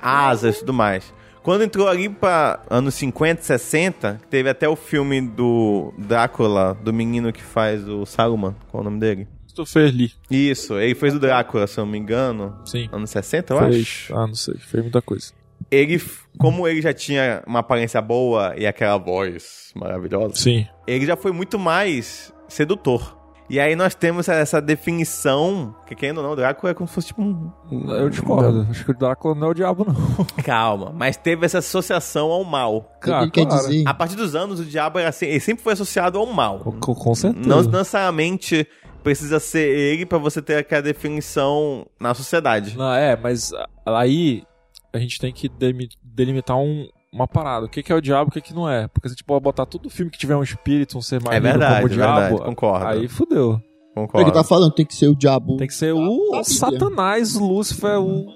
Speaker 5: asas e tudo mais. Quando entrou ali pra anos 50, 60, que teve até o filme do Drácula, do menino que faz o Saruman, qual é o nome dele?
Speaker 3: Christopher Lee.
Speaker 5: Isso, ele fez o Drácula, se eu não me engano,
Speaker 3: Sim.
Speaker 5: anos 60, eu
Speaker 3: Fez-
Speaker 5: acho.
Speaker 3: Ah, não sei. Fez muita coisa.
Speaker 5: Ele, como ele já tinha uma aparência boa e aquela voz maravilhosa,
Speaker 3: Sim.
Speaker 5: ele já foi muito mais sedutor. E aí nós temos essa definição, que querendo ou não, o Drácula é como se fosse tipo um...
Speaker 3: Eu discordo. Acho que o Drácula não é o diabo, não.
Speaker 5: Calma, mas teve essa associação ao mal.
Speaker 3: Cara,
Speaker 4: ele quer
Speaker 3: Ah, claro.
Speaker 4: dizer.
Speaker 5: A partir dos anos, o diabo era assim, ele sempre foi associado ao mal.
Speaker 3: Com, com- com certeza.
Speaker 5: Não necessariamente precisa ser ele pra você ter aquela definição na sociedade.
Speaker 3: Não, é, mas a- aí a gente tem que demi- delimitar um- uma parada. O que que é o diabo e o que, que não é? Porque se tipo, botar todo filme que tiver um espírito, um ser
Speaker 5: É
Speaker 3: maligno
Speaker 5: verdade,
Speaker 3: como o
Speaker 5: é verdade,
Speaker 3: diabo,
Speaker 5: concordo.
Speaker 3: aí fudeu.
Speaker 4: É que
Speaker 5: concordo.
Speaker 4: tá falando, tem que ser o diabo.
Speaker 3: Tem que ser o
Speaker 4: tá, Bíblia.
Speaker 3: Satanás, o Lúcifer, o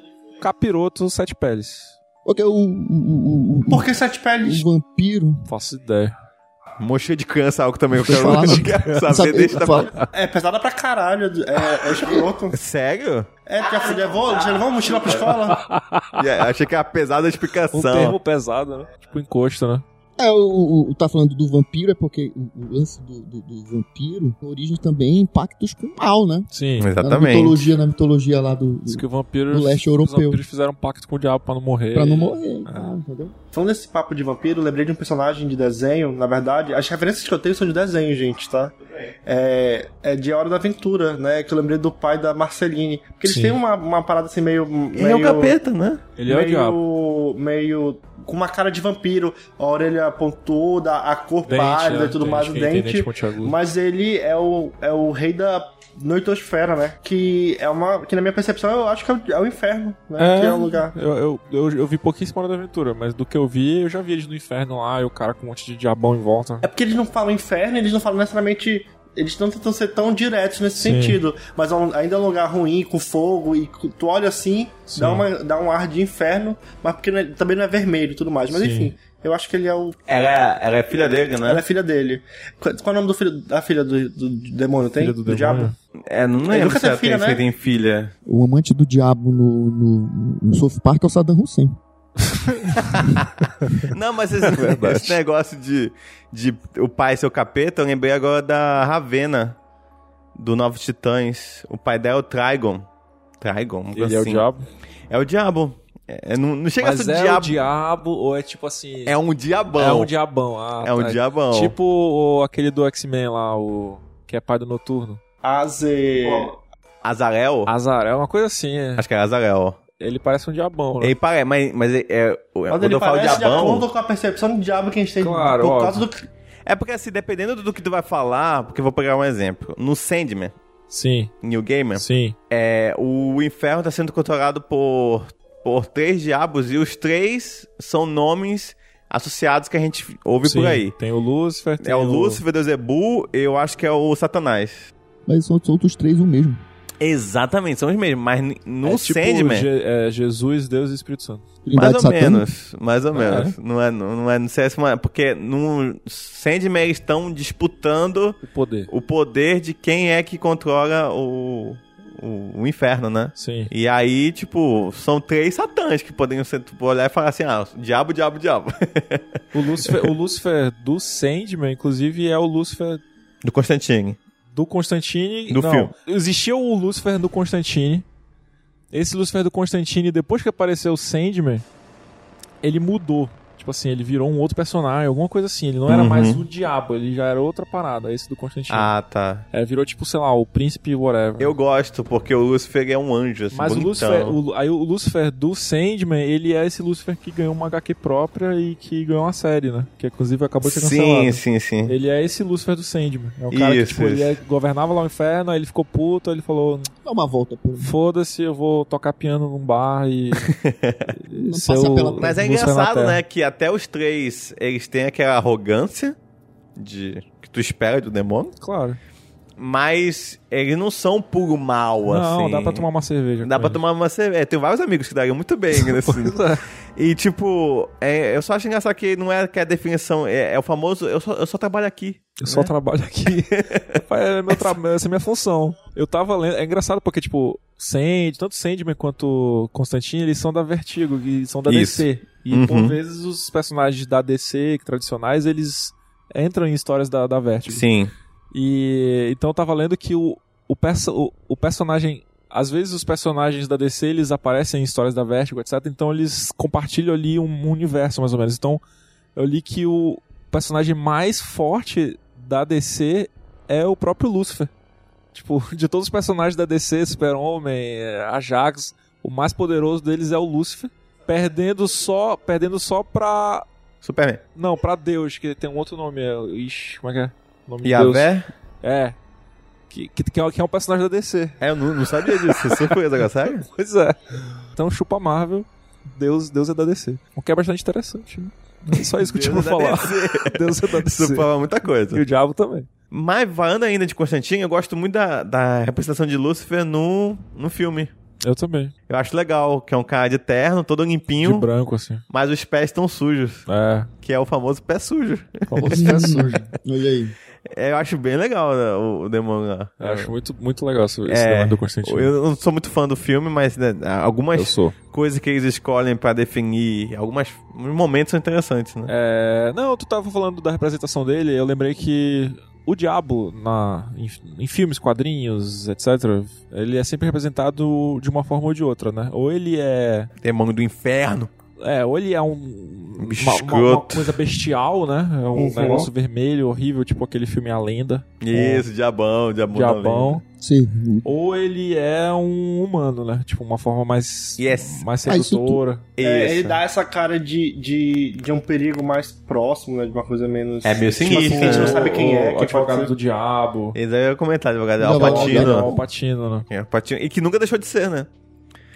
Speaker 3: capiroto, o sete peles.
Speaker 4: Porque o, o, o, o,
Speaker 2: Por que sete peles?
Speaker 4: o vampiro.
Speaker 3: Não faço ideia.
Speaker 5: Mochila de câncer, algo também eu
Speaker 4: Deixa
Speaker 5: quero,
Speaker 4: eu falar,
Speaker 5: eu
Speaker 4: não.
Speaker 5: quero
Speaker 4: Sabe- tá
Speaker 5: saber. Deixa
Speaker 4: eu
Speaker 5: da...
Speaker 4: falo-
Speaker 2: É pesada pra caralho. É, é escroto.
Speaker 5: Sério?
Speaker 2: É, já, fui- levou, já levou a mochila pra escola?
Speaker 5: E aí, achei que era pesada a
Speaker 3: Um
Speaker 5: explicação.
Speaker 3: termo pesado, né? Tipo encosto, né?
Speaker 4: É, o, o- o- tá falando do vampiro, é porque o, o lance do, do, do vampiro tem origem também em impactos com o mal, né?
Speaker 3: Sim.
Speaker 4: Na
Speaker 5: Exatamente.
Speaker 4: mitologia, na mitologia lá do.
Speaker 3: Diz
Speaker 4: do
Speaker 3: que o vampiro,
Speaker 4: Do leste
Speaker 3: os
Speaker 4: europeu.
Speaker 3: vampiros fizeram um pacto com o diabo pra não morrer.
Speaker 5: É.
Speaker 4: pra não morrer,
Speaker 5: Ah.
Speaker 4: tá, entendeu?
Speaker 2: Falando desse papo de vampiro, lembrei de um personagem de desenho. Na verdade, as referências que eu tenho são de desenho, gente, tá? É, é de A Hora da Aventura, né? Que eu lembrei do pai da Marceline. Porque eles
Speaker 3: Sim.
Speaker 2: têm uma, uma parada assim meio.
Speaker 5: Ele é o
Speaker 2: meio-
Speaker 5: capeta, né?
Speaker 3: Ele é o diabo.
Speaker 2: meio, meio com uma cara de vampiro, a orelha pontuda, a cor
Speaker 3: Dente,
Speaker 2: pálida
Speaker 3: né?
Speaker 2: e tudo
Speaker 3: Dente,
Speaker 2: mais, o
Speaker 3: quem tem dente
Speaker 2: dente.
Speaker 3: pontiagudo.
Speaker 2: Mas ele é o, é o rei da noitosfera, né? Que é uma. Que na minha percepção eu acho que é o, é o inferno, né? Que é o lugar.
Speaker 3: Eu, eu, eu, eu vi pouquíssimo Hora da Aventura, mas do que eu vi, eu já vi eles no inferno lá, e o cara com um monte de diabão em volta.
Speaker 2: É porque eles não falam inferno, eles não falam necessariamente. Eles não tentam ser tão diretos nesse
Speaker 3: Sim.
Speaker 2: sentido, mas é um- ainda é um lugar ruim, com fogo, e cu- tu olha assim,
Speaker 3: Sim.
Speaker 2: dá, uma, dá um ar de inferno, mas porque não é- também não é vermelho e tudo mais. Mas
Speaker 3: Sim.
Speaker 2: enfim, eu acho que ele é o
Speaker 5: Ela, ela é filha dele,
Speaker 2: Ela é filha dele. Qu- Qual é o nome do filho, da filha do, do demônio? Tem?
Speaker 3: Filha do demônio?
Speaker 2: diabo?
Speaker 5: É, não lembro
Speaker 2: nunca teve
Speaker 5: se ela tem,
Speaker 2: filha,
Speaker 5: se
Speaker 2: né?
Speaker 5: ele tem filha.
Speaker 4: O amante do diabo no, no, no South Park é o Saddam Hussein.
Speaker 5: Não, mas
Speaker 3: É
Speaker 5: esse, esse negócio de, de o pai ser o capeta, eu lembrei agora da Ravena, do Novos Titãs. O pai dela é o Trigon. Trigon, uma
Speaker 3: Ele
Speaker 5: coisa
Speaker 3: é o
Speaker 5: assim.
Speaker 3: diabo.
Speaker 5: É o diabo. É, é, não, não chega a
Speaker 3: Mas
Speaker 5: ser
Speaker 3: é
Speaker 5: diabo.
Speaker 3: o diabo, ou é tipo assim.
Speaker 5: É um diabão.
Speaker 3: é um diabão. Ah,
Speaker 5: É um
Speaker 3: tá.
Speaker 5: diabão.
Speaker 3: Tipo o- aquele do X-Men lá, o. Que é pai do noturno.
Speaker 2: Aze.
Speaker 5: Azarel?
Speaker 3: Azarel, uma coisa assim. é.
Speaker 5: Acho que é Azarel.
Speaker 3: Ele parece um diabão, né?
Speaker 5: Ele parece, mas, mas é, é,
Speaker 2: Mas
Speaker 5: quando
Speaker 2: ele
Speaker 5: eu falo
Speaker 2: parece de
Speaker 5: diabão.
Speaker 2: acordo com a percepção de diabo que a gente tem
Speaker 3: Claro,
Speaker 2: por
Speaker 3: óbvio.
Speaker 2: causa do.
Speaker 5: É porque assim, dependendo do que tu vai falar, porque eu vou pegar um exemplo. No Sandman,
Speaker 3: Sim,
Speaker 5: New Gamer,
Speaker 3: sim.
Speaker 5: É, o inferno está sendo controlado por, por três diabos e os três são nomes associados que a gente ouve
Speaker 3: sim.
Speaker 5: por aí.
Speaker 3: Tem o Lúcifer, tem
Speaker 5: É o Lúcifer, Deusebu, eu acho que é o Satanás.
Speaker 4: Mas são os outros três o mesmo.
Speaker 5: Exatamente, são os mesmos, mas n- no
Speaker 3: é tipo
Speaker 5: Sandman,
Speaker 3: Je- é, Jesus, Deus e Espírito Santo.
Speaker 5: mais
Speaker 4: Trindade
Speaker 5: ou
Speaker 4: satânica.
Speaker 5: menos, mais ou
Speaker 3: Ah, é?
Speaker 5: menos. Não é, não não é, não sei se é, porque no Sandman eles estão disputando
Speaker 3: O poder.
Speaker 5: o poder de quem é que controla o, o, o inferno, né?
Speaker 3: Sim.
Speaker 5: E aí, tipo, são três satãs que poderiam ser, tu olhar e falar assim, ah, diabo, diabo, diabo.
Speaker 3: O Lúcifer, o Lúcifer do Sandman, inclusive, é o Lúcifer
Speaker 5: Do Constantine.
Speaker 3: do Constantine.
Speaker 5: Do
Speaker 3: não,
Speaker 5: filme.
Speaker 3: Existia o Lúcifer do Constantine. Esse Lúcifer do Constantine, depois que apareceu o Sandman, ele mudou. Tipo assim, ele virou um outro personagem, alguma coisa assim. Ele não era
Speaker 5: Uhum.
Speaker 3: mais o diabo, ele já era outra parada, esse do Constantine.
Speaker 5: Ah, tá.
Speaker 3: É, virou tipo, sei lá, o príncipe whatever.
Speaker 5: Eu gosto, porque o Lúcifer é um anjo, assim,
Speaker 3: Mas o
Speaker 5: bonitão.
Speaker 3: Lúcifer, é o, aí o Lúcifer do Sandman, ele é esse Lúcifer que ganhou uma HQ própria e que ganhou uma série, né? Que inclusive acabou de ser cancelada.
Speaker 5: Sim, sim, sim.
Speaker 3: Ele é esse Lúcifer do Sandman. É o cara
Speaker 5: Isso,
Speaker 3: que tipo, ele
Speaker 5: isso.
Speaker 3: é- governava lá o inferno, aí ele ficou puto, aí ele falou:
Speaker 4: Dá uma volta por
Speaker 3: Foda-se, eu vou tocar piano num bar e.
Speaker 4: Não passa pela-
Speaker 5: Mas é engraçado, né, que até os três, eles têm aquela arrogância de que tu espera do demônio,
Speaker 3: Claro.
Speaker 5: mas eles não são puro mal, assim.
Speaker 3: Não, dá pra tomar uma cerveja.
Speaker 5: Dá
Speaker 3: com
Speaker 5: pra
Speaker 3: ele.
Speaker 5: tomar uma cerveja. Tem vários amigos que dariam muito bem nesse,
Speaker 3: é.
Speaker 5: E, tipo, é, eu só acho engraçado que não é que a definição é, é o famoso eu só, eu só trabalho aqui.
Speaker 3: Eu só trabalho aqui. é meu tra... Essa é minha função. Eu tava lendo. É engraçado porque, tipo, Sand, tanto Sandman quanto Constantine, eles são da Vertigo, e são da
Speaker 5: Isso.
Speaker 3: DC. E
Speaker 5: Uhum.
Speaker 3: por vezes os personagens da DC tradicionais, eles entram em histórias da, da Vertigo.
Speaker 5: Sim.
Speaker 3: E então eu tava lendo que o, o, perso- o, o personagem. Às vezes os personagens da DC eles aparecem em histórias da Vertigo, etc. Então eles compartilham ali um universo, mais ou menos. Então eu li que o personagem mais forte da DC é o próprio Lucifer. Tipo, de todos os personagens da DC, Super-Homem, eh, Ajax, o mais poderoso deles é o Lucifer. Perdendo só, perdendo só pra.
Speaker 5: Superman.
Speaker 3: Não, pra Deus, que tem um outro nome. é- Ixi, como é que é? O nome de Deus.
Speaker 5: Yavé?
Speaker 3: É. Que, que, que, é, que é um personagem da DC.
Speaker 5: É, eu não, não sabia disso. É surpresa agora, sério?
Speaker 3: Pois é. Então chupa Marvel, Deus, Deus é da DC. O que é bastante interessante, né? É só isso que eu tinha pra falar. Deus é da DC.
Speaker 5: Isso fala muita
Speaker 3: E
Speaker 5: coisa.
Speaker 3: o diabo também.
Speaker 5: Mas falando ainda de Constantine, eu gosto muito da, da representação de Lúcifer no, no filme.
Speaker 3: Eu também.
Speaker 5: Eu acho legal, que é um cara de terno, todo limpinho,
Speaker 3: De branco, assim.
Speaker 5: mas os pés estão sujos,
Speaker 3: É.
Speaker 5: que é o famoso pé sujo.
Speaker 3: Falou que é sujo.
Speaker 4: Olha aí.
Speaker 5: É, eu acho bem legal né, o, o demônio lá.
Speaker 3: Eu acho muito, muito legal esse esse
Speaker 5: É,
Speaker 3: negócio do Constantino.
Speaker 5: Eu não sou muito fã do filme, mas né, algumas
Speaker 3: Eu sou.
Speaker 5: coisas que eles escolhem pra definir, algumas uns momentos são interessantes, né?
Speaker 3: É, não, tu tava falando da representação dele, eu lembrei que o diabo na, em, em filmes, quadrinhos, etc., ele é sempre representado de uma forma ou de outra, né? Ou ele é
Speaker 5: Demônio do inferno.
Speaker 3: É, ou ele é um.
Speaker 5: Bicho
Speaker 3: Uma, uma- uma
Speaker 5: escroto.
Speaker 3: coisa bestial, né? É um
Speaker 2: Uhum.
Speaker 3: negócio vermelho, horrível, tipo aquele filme A Lenda,
Speaker 5: Isso, diabão, diabão. da lenda.
Speaker 3: Diabão.
Speaker 4: Sim.
Speaker 3: Ou ele é um humano, né? Tipo, uma forma mais.
Speaker 5: Yes.
Speaker 3: Mais
Speaker 4: Ah, isso tu-
Speaker 3: sedutora.
Speaker 2: É,
Speaker 5: Isso.
Speaker 2: ele dá essa cara de, de, de um perigo mais próximo, né? De uma coisa menos.
Speaker 5: É meio
Speaker 2: Tipo assim,
Speaker 5: sinistro,
Speaker 2: a gente não
Speaker 5: né?
Speaker 2: sabe quem é,
Speaker 3: O
Speaker 2: quem
Speaker 3: advogado
Speaker 2: pode
Speaker 3: do
Speaker 2: ser.
Speaker 3: diabo.
Speaker 5: Esse aí eu ia comentar, advogado.
Speaker 4: Não,
Speaker 5: Al
Speaker 3: É, o
Speaker 5: Patino.
Speaker 3: Al Patino, né?
Speaker 5: É, Al Patino. E que nunca deixou de ser, né?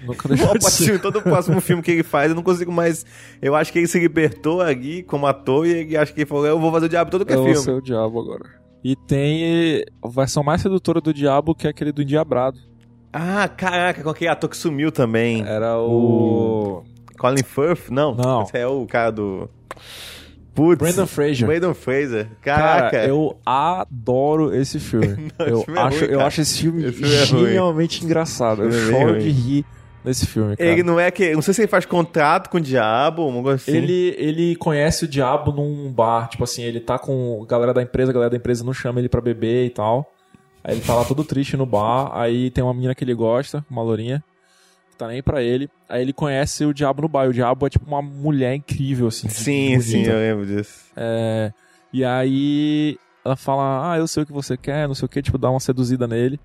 Speaker 3: Nunca
Speaker 5: O
Speaker 3: deixou
Speaker 5: Al
Speaker 3: de ser.
Speaker 5: Patino, todo o próximo filme que ele faz, eu não consigo mais. Eu acho que ele se libertou aqui como ator e ele acho que ele falou: eu vou fazer o diabo todo que é
Speaker 3: Eu vou ser
Speaker 5: filme.
Speaker 3: o diabo agora. E tem eh, a versão mais sedutora do diabo, que é aquele do Endiabrado.
Speaker 5: Ah, caraca, com aquele ator que sumiu também.
Speaker 3: Era o.
Speaker 2: Hum.
Speaker 5: Colin Firth? Não.
Speaker 3: Não.
Speaker 5: Esse é o cara do. Putz.
Speaker 3: Brandon Fraser.
Speaker 5: Brandon Fraser. Caraca.
Speaker 3: Cara, eu adoro esse filme. eu,
Speaker 5: esse filme é
Speaker 3: acho,
Speaker 5: ruim,
Speaker 3: eu
Speaker 5: cara.
Speaker 3: acho esse filme
Speaker 5: Esse filme é ruim.
Speaker 3: genialmente engraçado. Eu
Speaker 5: Esse filme é
Speaker 3: choro
Speaker 5: ruim.
Speaker 3: de rir nesse filme, cara.
Speaker 5: Ele
Speaker 3: Ele,
Speaker 5: não é que. Não sei se ele faz contrato com o diabo, uma coisa assim.
Speaker 3: ele, conhece o diabo num bar. Tipo assim, ele tá com a galera da empresa, a galera da empresa não chama ele pra beber e tal. Aí ele tá lá todo triste no bar. Aí tem uma menina que ele gosta, uma lourinha, que tá nem pra ele. Aí ele conhece o diabo no bar. E o diabo é tipo uma mulher incrível, assim.
Speaker 5: Sim, sim,
Speaker 3: bonita.
Speaker 5: eu lembro disso.
Speaker 3: É, e aí ela fala, ah, eu sei o que você quer, não sei o que, tipo, dá uma seduzida nele.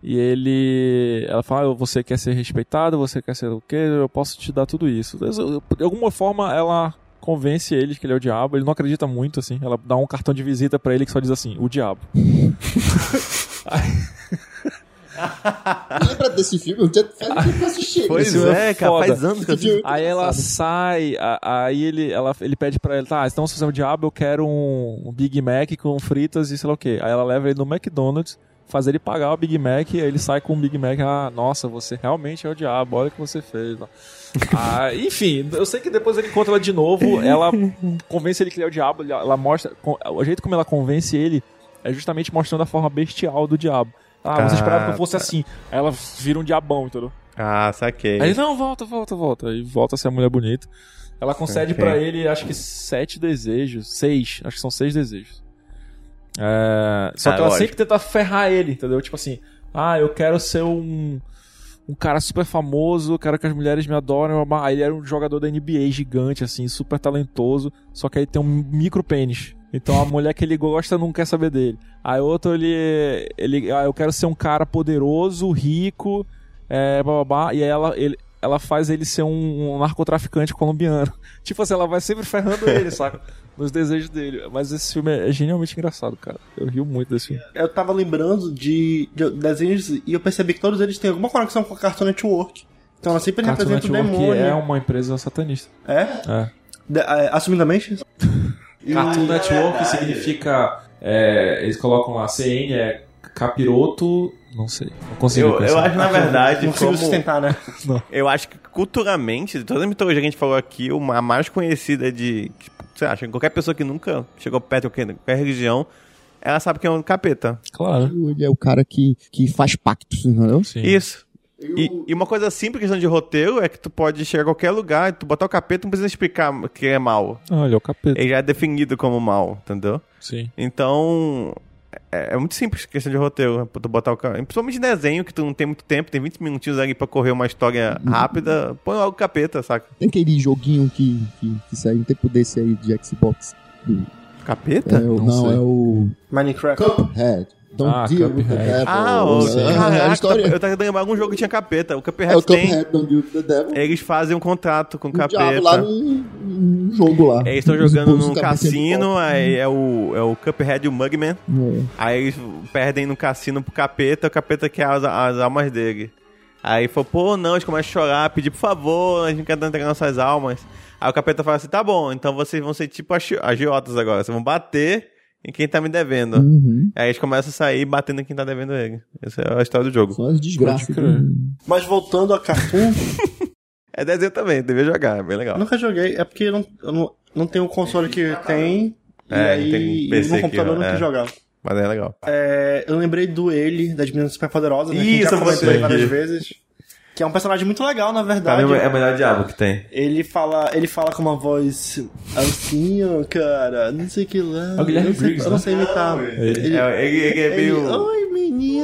Speaker 3: E ele. Ela fala, ah, você quer ser respeitado, você quer ser o quê? Eu posso te dar tudo isso. De alguma forma ela convence ele de que ele é o diabo, ele não acredita muito, assim. Ela dá um cartão de visita pra ele que só diz assim, o diabo.
Speaker 4: Lembra desse filme? Eu tinha faz um tempo que eu assisti.
Speaker 5: Pois
Speaker 3: filme é
Speaker 5: é, cara,
Speaker 3: foda.
Speaker 5: faz anos que eu
Speaker 4: Esse filme-
Speaker 3: Aí ela sai, a- aí ele, ela, ele pede pra ele, tá, então se você é um diabo, eu quero um, um Big Mac com fritas e sei lá o quê. Aí ela leva ele no McDonald's, faz ele pagar o Big Mac, aí ele sai com o Big Mac, ah, nossa, você realmente é o diabo, olha o que você fez. ó. Ah, enfim, eu sei que depois ele encontra ela de novo, ela convence ele que ele é o diabo, ele- ela mostra, com- o jeito como ela convence ele é justamente mostrando a forma bestial do diabo. Ah, você esperava que eu fosse assim. Aí ela vira um diabão, entendeu?
Speaker 5: Ah, saquei.
Speaker 3: Aí ele, não, volta, volta, volta. Aí volta a ser a mulher bonita. Ela concede
Speaker 5: Ok.
Speaker 3: pra ele, acho que sete desejos. Seis. Acho que são seis desejos. É, Só
Speaker 5: Ah,
Speaker 3: que ela
Speaker 5: lógico.
Speaker 3: sempre tenta ferrar ele, entendeu? Tipo assim, ah, eu quero ser um. Um cara super famoso, eu quero que as mulheres me adorem. blá, blá. Aí ele era um jogador da NBA gigante, assim, super talentoso. Só que aí tem um micro pênis. Então a mulher que ele gosta não quer saber dele. Aí outro ele. ele ah, eu quero ser um cara poderoso, rico, é, blá, blá, blá. E aí ela, ele, ela faz ele ser um, um narcotraficante colombiano. Tipo assim, ela vai sempre ferrando ele, saca? Nos desejos dele. Mas esse filme é genialmente engraçado, cara. Eu rio muito desse filme.
Speaker 2: Eu tava lembrando de, de desenhos e eu percebi que todos eles têm alguma conexão com a Cartoon Network. Então ela sempre
Speaker 3: Cartoon
Speaker 2: representa o
Speaker 3: Network
Speaker 2: demônio.
Speaker 3: é uma empresa satanista.
Speaker 2: É?
Speaker 3: É.
Speaker 2: De- é, assumidamente? Hum,
Speaker 3: Cartoon Network significa. é, eles colocam lá, CN é capiroto. Não sei. Não consigo
Speaker 5: Eu, eu
Speaker 3: pensar.
Speaker 5: acho, na
Speaker 2: é
Speaker 5: verdade,
Speaker 2: Não consigo
Speaker 5: como...
Speaker 2: sustentar, né?
Speaker 5: Eu acho que culturalmente, de toda a mitologia que a gente falou aqui, uma- a mais conhecida de. que, Você acha? que Qualquer pessoa que nunca chegou perto de qualquer, qualquer religião, ela sabe que é um capeta.
Speaker 3: Claro.
Speaker 4: Ele é o cara que, que faz pactos, entendeu?
Speaker 3: Sim.
Speaker 5: Isso. E, e uma coisa simples, questão de roteiro, é que tu pode chegar a qualquer lugar, tu botar o capeta, não precisa explicar que é mal.
Speaker 3: Olha, Ah, o capeta.
Speaker 5: Ele já é definido como mal, entendeu?
Speaker 3: Sim.
Speaker 5: Então, é, é muito simples a questão de roteiro, né, pra tu botar o cara. Principalmente desenho, que tu não tem muito tempo, tem 20 minutinhos ali pra correr uma história rápida, põe logo o capeta, saca?
Speaker 4: Tem aquele joguinho que, que, que saiu um tempo desse aí de Xbox. Do,
Speaker 5: Capeta?
Speaker 4: é o, não,
Speaker 3: sei.
Speaker 4: é o
Speaker 2: Minecraft.
Speaker 4: Cuphead. Don't
Speaker 3: Ah,
Speaker 4: deal with
Speaker 3: Cuphead.
Speaker 4: the devil.
Speaker 5: Ah, o,
Speaker 4: É, é, a
Speaker 5: caraca,
Speaker 4: história
Speaker 5: eu tava lembrando algum jogo que tinha capeta. O
Speaker 4: é
Speaker 5: Cuphead
Speaker 4: o
Speaker 5: tem,
Speaker 4: Cuphead, Don't deal with the devil.
Speaker 5: eles fazem um contrato com o
Speaker 4: o diabo lá
Speaker 5: capeta.
Speaker 4: num, num jogo lá.
Speaker 3: É,
Speaker 5: Eles estão
Speaker 4: Os é
Speaker 5: jogando
Speaker 4: bons
Speaker 5: num
Speaker 4: cabeça de
Speaker 5: cassino,
Speaker 4: pau.
Speaker 5: aí é o, é o Cuphead e o Mugman.
Speaker 4: É.
Speaker 5: Aí eles perdem no cassino pro capeta, o capeta quer as, as almas dele. Aí falou, pô, não, eles começam a chorar, pedir por favor, a gente não quer entregar nossas almas. Aí o capeta fala assim: tá bom, então vocês vão ser tipo agi- agiotas agora, vocês vão bater em quem tá me devendo.
Speaker 4: Uhum.
Speaker 5: Aí eles começam a sair batendo em quem tá devendo ele. Essa é a história do jogo.
Speaker 4: Só as desgraças.
Speaker 3: Pode crer.
Speaker 4: Hum.
Speaker 2: Mas voltando a Cartoon,
Speaker 5: É desenho também, devia jogar, é bem legal.
Speaker 2: eu nunca joguei. É porque eu não, eu não, não tenho o console
Speaker 3: Tá,
Speaker 2: que tem.
Speaker 5: É,
Speaker 2: e aí,
Speaker 5: tem um
Speaker 2: e
Speaker 5: PC
Speaker 2: no computador
Speaker 5: que-
Speaker 2: eu não
Speaker 5: é.
Speaker 2: quis jogar.
Speaker 5: Mas é legal.
Speaker 2: É, eu lembrei do ele, das meninas superpoderosas, né?
Speaker 5: Isso,
Speaker 2: que
Speaker 5: eu
Speaker 2: eu
Speaker 5: falei
Speaker 2: comentei várias
Speaker 5: aqui.
Speaker 2: vezes. Que é um personagem muito legal, na
Speaker 5: Pra
Speaker 2: verdade.
Speaker 5: mim é o melhor diabo que tem.
Speaker 2: Ele fala, ele fala com uma voz assim, ó, cara, não sei o que lá.
Speaker 3: É o Guilherme
Speaker 2: eu não sei-
Speaker 3: Briggs,
Speaker 2: Eu não sei imitar.
Speaker 5: Ele, é, ele- ele é
Speaker 2: Ele,
Speaker 5: meio.
Speaker 2: Oi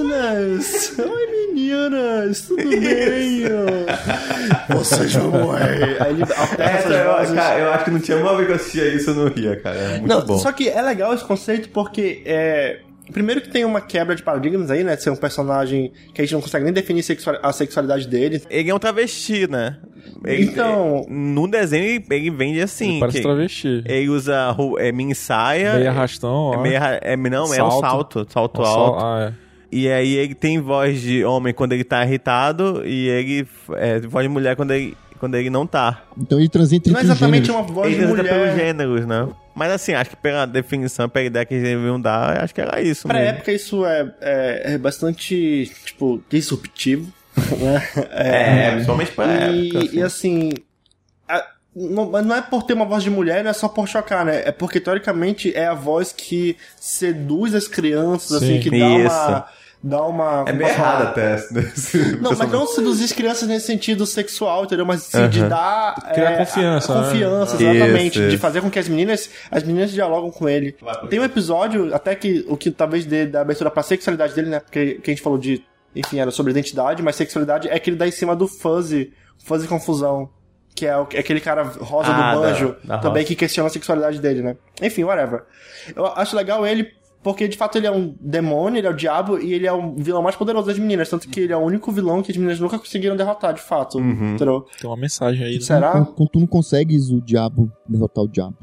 Speaker 2: meninas! Oi meninas! Tudo bem? ó?" Vocês vão morrer! Aí ele alterna
Speaker 5: Essa,
Speaker 2: essas
Speaker 5: eu,
Speaker 2: vozes.
Speaker 5: cara, eu acho que não tinha uma vez que eu assistia isso, eu não ria, cara. É muito
Speaker 2: Não,
Speaker 5: bom.
Speaker 2: só que é legal esse conceito porque é. Primeiro que tem uma quebra de paradigmas aí, né? De ser um personagem que a gente não consegue nem definir sexua- a sexualidade dele.
Speaker 5: Ele é um travesti, né? Ele- eh,
Speaker 2: Então-
Speaker 5: No desenho ele, ele vende assim.
Speaker 3: Ele parece
Speaker 5: que
Speaker 3: travesti.
Speaker 5: Ele usa ru- é, mini saia.
Speaker 3: Meio arrastão, ó.
Speaker 5: é meio arra- é, não, é um
Speaker 3: Salto.
Speaker 5: salto, salto
Speaker 3: Nossa,
Speaker 5: alto.
Speaker 3: Ah, é.
Speaker 5: E aí ele tem voz de homem quando ele tá irritado e ele é voz de mulher quando ele, quando ele não tá.
Speaker 4: Então ele transita
Speaker 2: Não é
Speaker 4: entre os
Speaker 2: exatamente
Speaker 4: gêneros.
Speaker 2: uma voz de
Speaker 5: ele transita pelos
Speaker 2: mulher.
Speaker 5: gêneros, né? Mas assim, acho que pela definição, pela ideia que eles deviam dar, acho que era isso
Speaker 2: Pra
Speaker 5: mesmo.
Speaker 2: época isso é, é, é bastante, tipo, disruptivo, né?
Speaker 5: É, principalmente pra
Speaker 2: e,
Speaker 5: época.
Speaker 2: e
Speaker 5: assim.
Speaker 2: assim, a- não, mas não é por ter uma voz de mulher, não é só por chocar, né? É porque, teoricamente, é a voz que seduz as crianças,
Speaker 3: Sim.
Speaker 2: assim, que dá
Speaker 5: Isso.
Speaker 2: uma... Dá uma como
Speaker 5: É meio
Speaker 2: posso falar?
Speaker 5: errado até. esse-
Speaker 2: Não, mas não seduzir as crianças nesse sentido sexual, entendeu? Mas sim, de
Speaker 5: Aham.
Speaker 2: dar...
Speaker 3: Criar
Speaker 2: é,
Speaker 3: confiança,
Speaker 2: a- a Confiança,
Speaker 5: né?
Speaker 2: exatamente.
Speaker 5: Isso,
Speaker 2: de
Speaker 5: isso.
Speaker 2: fazer com que as meninas... As meninas dialogam com ele. Tem um episódio, até que... O que talvez dê da abertura pra sexualidade dele, né? Porque que a gente falou de... Enfim, era sobre identidade, mas sexualidade é que ele dá em cima do Fuzzy. Fuzzy Confusão. Que é o- é aquele cara rosa
Speaker 5: Ah,
Speaker 2: do
Speaker 5: da-
Speaker 2: banjo.
Speaker 5: da
Speaker 2: também
Speaker 5: rosa.
Speaker 2: que questiona a sexualidade dele, né? Enfim, whatever. Eu acho legal ele... Porque, de fato, ele é um demônio, ele é o diabo, e ele é o vilão mais poderoso das meninas. Tanto que ele é o único vilão que as meninas nunca conseguiram derrotar, de fato.
Speaker 5: Uhum.
Speaker 2: Entendeu?
Speaker 3: Tem uma mensagem aí. né?
Speaker 4: é
Speaker 2: Será?
Speaker 4: Então, Quando, quando tu não consegues o diabo derrotar o diabo.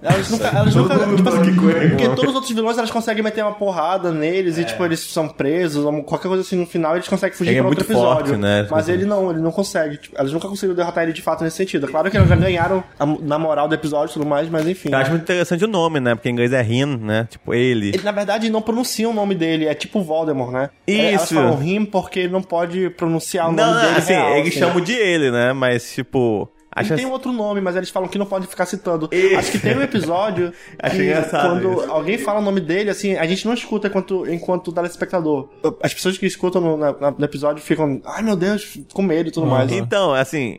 Speaker 2: Elas nunca... Elas nunca
Speaker 5: mundo
Speaker 2: tipo assim,
Speaker 5: aqui com ele,
Speaker 2: porque
Speaker 5: mano.
Speaker 2: todos os outros vilões, elas conseguem meter uma porrada neles, e, tipo, eles são presos, ou qualquer coisa assim, no final, eles conseguem fugir
Speaker 5: É. Ele é
Speaker 2: pra outro
Speaker 5: muito
Speaker 2: episódio.
Speaker 5: forte, né?
Speaker 2: Mas ele não, ele não consegue. Tipo, elas nunca conseguiram derrotar ele, de fato, nesse sentido. É Claro que elas já ganharam a- na moral do episódio e tudo mais, mas enfim.
Speaker 5: Eu acho muito interessante o nome, né? Porque em inglês é Rin, né? Tipo, ele.
Speaker 2: Ele, na verdade, não pronuncia o nome dele, é tipo Voldemort, né? É, Elas
Speaker 5: Isso.
Speaker 2: falam him porque ele não pode pronunciar o
Speaker 5: não,
Speaker 2: nome
Speaker 5: não,
Speaker 2: dele.
Speaker 5: assim,
Speaker 2: real,
Speaker 5: eles
Speaker 2: assim.
Speaker 5: chamam de ele, né? Mas, tipo. Acho
Speaker 2: Ele
Speaker 5: assim,
Speaker 2: tem um outro nome, mas eles falam que não pode ficar citando.
Speaker 5: Isso.
Speaker 2: Acho que tem um episódio
Speaker 5: Achei
Speaker 2: que
Speaker 5: engraçado
Speaker 2: quando
Speaker 5: isso.
Speaker 2: alguém fala o nome dele, assim, a gente não escuta enquanto, enquanto telespectador. As pessoas que escutam no, na- na- no episódio ficam, ai meu Deus, com medo e tudo mais.
Speaker 5: Então, assim.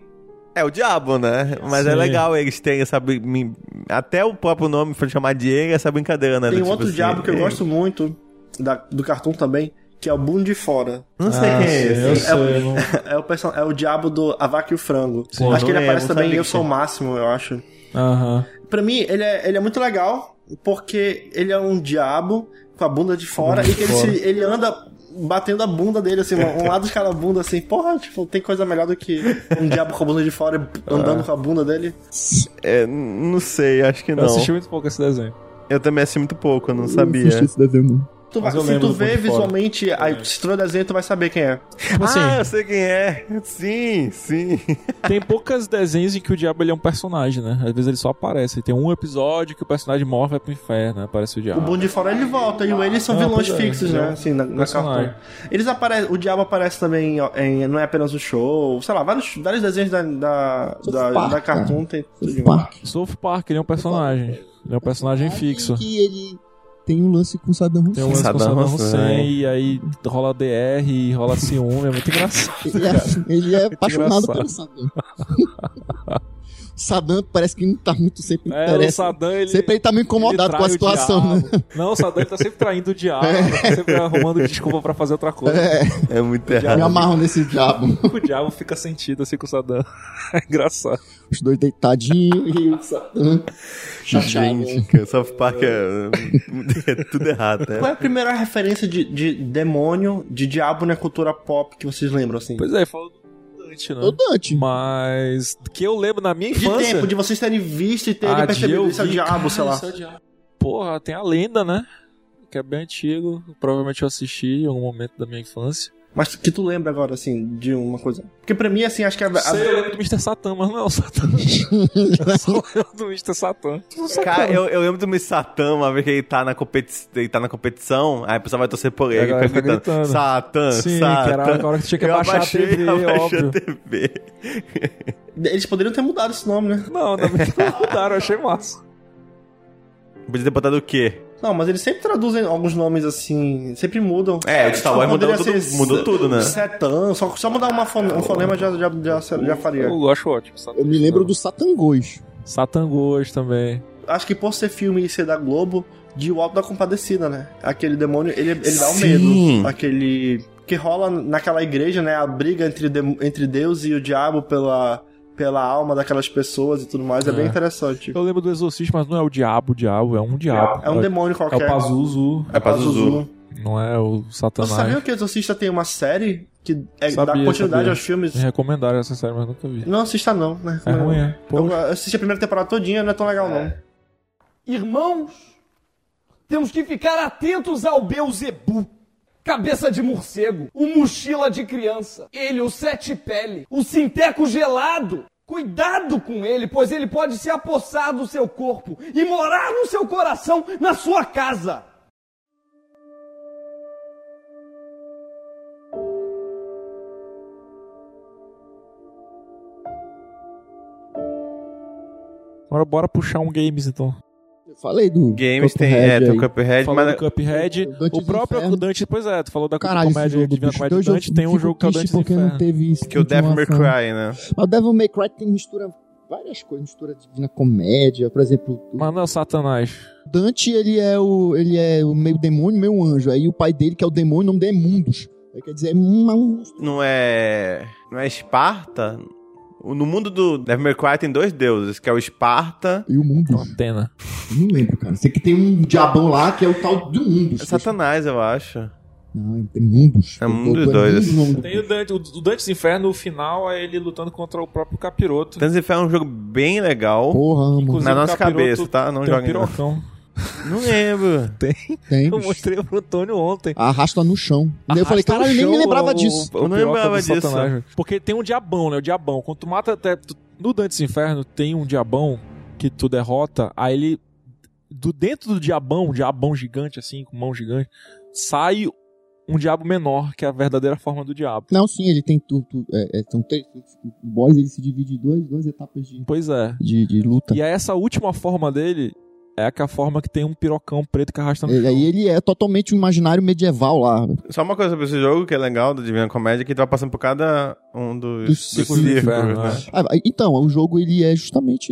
Speaker 5: É o diabo, né? Mas é
Speaker 3: Sim.
Speaker 5: legal eles terem essa. brin- min- Até o próprio nome foi chamar de ele, essa brincadeira, né?
Speaker 2: Tem um
Speaker 5: Do tipo
Speaker 2: outro
Speaker 5: assim,
Speaker 2: diabo que eu
Speaker 5: ele-
Speaker 2: gosto muito, da- do cartoon também, que é o Boom de Fora.
Speaker 5: Não sei quem é
Speaker 3: sim,
Speaker 5: esse.
Speaker 3: Ah, Eu sei, eu não-
Speaker 2: É o, person- é o diabo do A Vaca e o Frango.
Speaker 5: Pô,
Speaker 2: acho que
Speaker 5: não
Speaker 2: ele
Speaker 5: lembro,
Speaker 2: aparece
Speaker 5: não
Speaker 2: também em
Speaker 5: sabia
Speaker 2: Eu
Speaker 5: que
Speaker 2: Sou o
Speaker 5: tinha.
Speaker 2: Máximo, eu acho.
Speaker 3: Aham.
Speaker 2: Pra mim, ele é, ele é muito legal, porque ele é um diabo com a bunda de fora e que ele, se- ele anda batendo a bunda dele, assim, um lado de cada bunda, assim. Porra, tipo, tem coisa melhor do que um diabo com a bunda de fora e andando com a bunda dele.
Speaker 5: É, n- não sei, acho que
Speaker 3: Eu
Speaker 5: não.
Speaker 3: assisti muito pouco esse desenho.
Speaker 5: Eu também assisti muito pouco, eu não
Speaker 4: Eu não
Speaker 5: sabia.
Speaker 4: assisti esse desenho, não.
Speaker 2: Tu vai,
Speaker 3: Mas eu
Speaker 2: se
Speaker 3: lembro
Speaker 2: tu
Speaker 3: do Bunda
Speaker 2: vê
Speaker 3: de Fora.
Speaker 2: visualmente, aí, se tu vê o desenho, tu vai saber quem é.
Speaker 3: Tipo assim,
Speaker 5: Ah, eu sei quem é. Sim, sim.
Speaker 3: tem poucas desenhos em que o diabo ele é um personagem, né? Às vezes ele só aparece. Tem um episódio que o personagem morre e vai pro inferno, né? Aparece o
Speaker 2: O
Speaker 3: diabo.
Speaker 2: bunda de fora ele volta e o eles são
Speaker 3: Ah,
Speaker 2: vilões
Speaker 3: pois é,
Speaker 2: fixos, né?
Speaker 3: é.
Speaker 2: Assim, na, na
Speaker 3: Personagem.
Speaker 2: cartoon. Eles aparecem, o diabo aparece também em, em- Não é apenas o show, sei lá, vários, vários desenhos da, da, da,
Speaker 4: Park,
Speaker 2: da cartoon tem.
Speaker 4: South Park.
Speaker 3: South Park, ele é um personagem. Ele é um personagem fixo.
Speaker 4: Que ele tem um lance com Saddam Hussein.
Speaker 3: Tem um lance com
Speaker 5: Saddam
Speaker 3: Saddam
Speaker 5: Hussein.
Speaker 3: Hussein, e aí rola DR, e rola ciúme, é muito engraçado.
Speaker 4: Ele é, ele é apaixonado
Speaker 3: engraçado.
Speaker 4: pelo Saddam. Saddam parece que não tá muito sempre
Speaker 3: É, o
Speaker 4: interessa.
Speaker 3: Saddam, ele...
Speaker 4: Sempre ele tá meio incomodado
Speaker 3: ele
Speaker 4: com a
Speaker 3: trai o
Speaker 4: situação, né?
Speaker 3: diabo. Não, o Saddam ele tá sempre traindo o diabo, tá sempre arrumando desculpa pra fazer outra coisa.
Speaker 5: É muito
Speaker 4: Me
Speaker 5: errado.
Speaker 4: amarro nesse diabo.
Speaker 3: O diabo fica sentido assim com o Saddam. É engraçado.
Speaker 4: Os dois deitadinhos e o Saddam. chateado.
Speaker 3: né?
Speaker 5: Gente, cara, South Park é, é tudo errado,
Speaker 2: Qual
Speaker 5: né?
Speaker 2: é a primeira referência de, de demônio, de diabo na cultura pop que vocês lembram, assim?
Speaker 3: Pois é, falou do Dante, né?
Speaker 4: Ô, Dante.
Speaker 3: Mas que eu lembro na minha
Speaker 2: De
Speaker 3: infância.
Speaker 2: tempo, de vocês terem visto e terem
Speaker 3: Ah, de
Speaker 2: percebido
Speaker 3: eu
Speaker 2: isso é o
Speaker 3: vi,
Speaker 2: diabo, sei
Speaker 3: cara,
Speaker 2: lá.
Speaker 3: isso é o diabo. Porra, tem a lenda, né? Que é bem antigo. Provavelmente eu assisti em algum momento da minha infância.
Speaker 2: Mas que tu lembra agora, assim, de uma coisa? Porque pra mim, assim, acho que a. a-
Speaker 3: Sei, eu lembro do Mr. Satan, mas não é o Satan. eu só lembro do Mr. Satan. Tá
Speaker 5: Cara, eu, eu lembro do Miss Satã, uma vez que ele tá na, competi ele tá na competição, aí a pessoa vai torcer por ele,
Speaker 3: E a
Speaker 5: ele
Speaker 3: galera
Speaker 5: fica
Speaker 3: fica
Speaker 5: gritando,
Speaker 3: gritando.
Speaker 5: Satã,
Speaker 3: Sim, que
Speaker 5: Ah, Satã.
Speaker 3: era a hora que tinha que
Speaker 5: Eu
Speaker 3: abaixar a
Speaker 5: abaixei,
Speaker 3: TV,
Speaker 5: abaixei
Speaker 3: óbvio.
Speaker 5: a TV.
Speaker 2: Eles poderiam ter mudado esse nome, né?
Speaker 3: Não, ainda bem que não mudaram, eu achei massa.
Speaker 5: Podia ter botado o quê?
Speaker 2: Não, mas eles sempre traduzem alguns nomes assim, sempre mudam.
Speaker 5: É, o de Star
Speaker 2: Só
Speaker 5: Wars mudou
Speaker 2: Tipo, poderia
Speaker 5: tudo-
Speaker 2: ser
Speaker 5: mudou tudo, né?
Speaker 2: Satã, só, só mudar uma fon- um fonema já, já, já, já faria.
Speaker 3: Eu acho ótimo. Satan.
Speaker 4: Eu me lembro do Satangos.
Speaker 3: Satangos também.
Speaker 2: Acho que por ser filme e ser da Globo, de O Alto da Compadecida, né? Aquele demônio, ele, ele dá um
Speaker 5: Sim.
Speaker 2: medo. Aquele. Que rola naquela igreja, né? A briga entre, dem- entre Deus e o diabo pela, pela alma daquelas pessoas e tudo mais. É,
Speaker 3: É.
Speaker 2: bem interessante.
Speaker 3: Eu lembro do Exorcista, mas não é o diabo, o diabo, é um diabo.
Speaker 2: É um demônio
Speaker 3: É
Speaker 2: qualquer.
Speaker 3: o Pazuzu,
Speaker 5: É pra Zuzu.
Speaker 3: não é o
Speaker 2: Você sabia
Speaker 3: Satanás.
Speaker 2: que o Exorcista tem uma série que é, dá
Speaker 3: Sabia,
Speaker 2: continuidade
Speaker 3: sabia.
Speaker 2: aos filmes?
Speaker 3: Me recomendaram essa série, mas nunca vi.
Speaker 2: Não assista não, né?
Speaker 3: É
Speaker 2: Não.
Speaker 3: ruim, é. Pô,
Speaker 2: Eu assisti a primeira temporada todinha, não é tão legal não.
Speaker 6: Irmãos, temos que ficar atentos ao Beuzebu. Cabeça de morcego, o mochila de criança, ele, o sete pele, o sinteco gelado. Cuidado com ele, pois ele pode se apossar do seu corpo e morar no seu coração, na sua casa.
Speaker 3: Agora bora puxar um games então.
Speaker 4: Eu falei do
Speaker 5: Games tem,
Speaker 4: Cuphead
Speaker 5: é, tem
Speaker 4: aí.
Speaker 5: o Cuphead,
Speaker 3: Falou
Speaker 5: mas...
Speaker 3: do Cuphead,
Speaker 4: o Dantes
Speaker 3: o
Speaker 4: do
Speaker 3: próprio
Speaker 4: Inferno.
Speaker 3: Dante, pois é, tu falou da
Speaker 4: Caralho, esse
Speaker 3: comédia
Speaker 4: jogo,
Speaker 3: Divina
Speaker 4: bicho.
Speaker 3: Comédia do
Speaker 4: Dois jogos
Speaker 3: Dante, tem um
Speaker 4: fico
Speaker 3: jogo que é o
Speaker 4: triste
Speaker 3: Dante do
Speaker 4: porque não
Speaker 3: Inferno.
Speaker 4: teve isso.
Speaker 5: Que o Devil May Cry, né?
Speaker 4: Mas o Devil May Cry tem mistura várias coisas, mistura divina comédia, por exemplo, o
Speaker 3: Mas não é o Satanás.
Speaker 4: Dante, ele é o ele é o meio demônio, meio anjo. Aí o pai dele que é o demônio, o nome dele é Mundus. Aí quer dizer, é uma- um-
Speaker 5: Não é... Não é Esparta? No mundo do Devil May Cry tem dois deuses, que é o Esparta...
Speaker 4: e o
Speaker 3: É
Speaker 4: Mundus.
Speaker 3: uma pena.
Speaker 4: Não lembro, cara. Sei que tem um diabão lá que é o tal do Mundus.
Speaker 5: É Satanás, eu acho.
Speaker 4: Não, tem Mundus.
Speaker 5: É um dos dois.
Speaker 4: Mundus, o nome do-
Speaker 3: Tem o Dante, o o Dante's Inferno, o final é ele lutando contra o próprio Capiroto.
Speaker 5: Tantos Inferno é um jogo bem legal.
Speaker 4: Porra, mano.
Speaker 3: Inclusive,
Speaker 5: na nossa
Speaker 3: Capiroto
Speaker 5: cabeça, tá? Não
Speaker 3: tem um
Speaker 5: joguem. não.
Speaker 3: pirocão.
Speaker 5: Não lembro.
Speaker 4: Tem.
Speaker 3: Eu
Speaker 4: bicho.
Speaker 3: mostrei pro Antônio ontem.
Speaker 4: Arrasta no chão. eu falei,
Speaker 3: Arrasta no
Speaker 4: caralho, eu nem me
Speaker 3: chão
Speaker 4: lembrava
Speaker 3: o-
Speaker 4: disso.
Speaker 3: o
Speaker 5: Eu não
Speaker 3: piroca
Speaker 5: lembrava
Speaker 3: do
Speaker 5: disso.
Speaker 3: Satanás, velho. Porque tem um diabão, né? O diabão. Quando tu mata até. tu- no Dantes Inferno tem um diabão que tu derrota, aí ele. Do dentro do diabão, um diabão gigante, assim, com mão gigante, sai um diabo menor, que é a verdadeira forma do diabo.
Speaker 4: Não, sim, ele tem tudo. é, é, são três. O boss ele se divide em duas, duas etapas de,
Speaker 3: Pois é.
Speaker 4: de, de luta.
Speaker 3: E aí essa última forma dele é a que a forma que tem um pirocão preto que arrasta no
Speaker 4: E
Speaker 3: chão.
Speaker 4: aí ele é totalmente um imaginário medieval lá.
Speaker 5: Só uma coisa sobre esse jogo que é legal do Divina Comédia, que tu vai passando por cada um dos,
Speaker 4: Dos
Speaker 5: dos
Speaker 4: círculos do
Speaker 5: círculos,
Speaker 3: inferno,
Speaker 5: né?
Speaker 3: né?
Speaker 4: Ah, Então, o jogo ele é justamente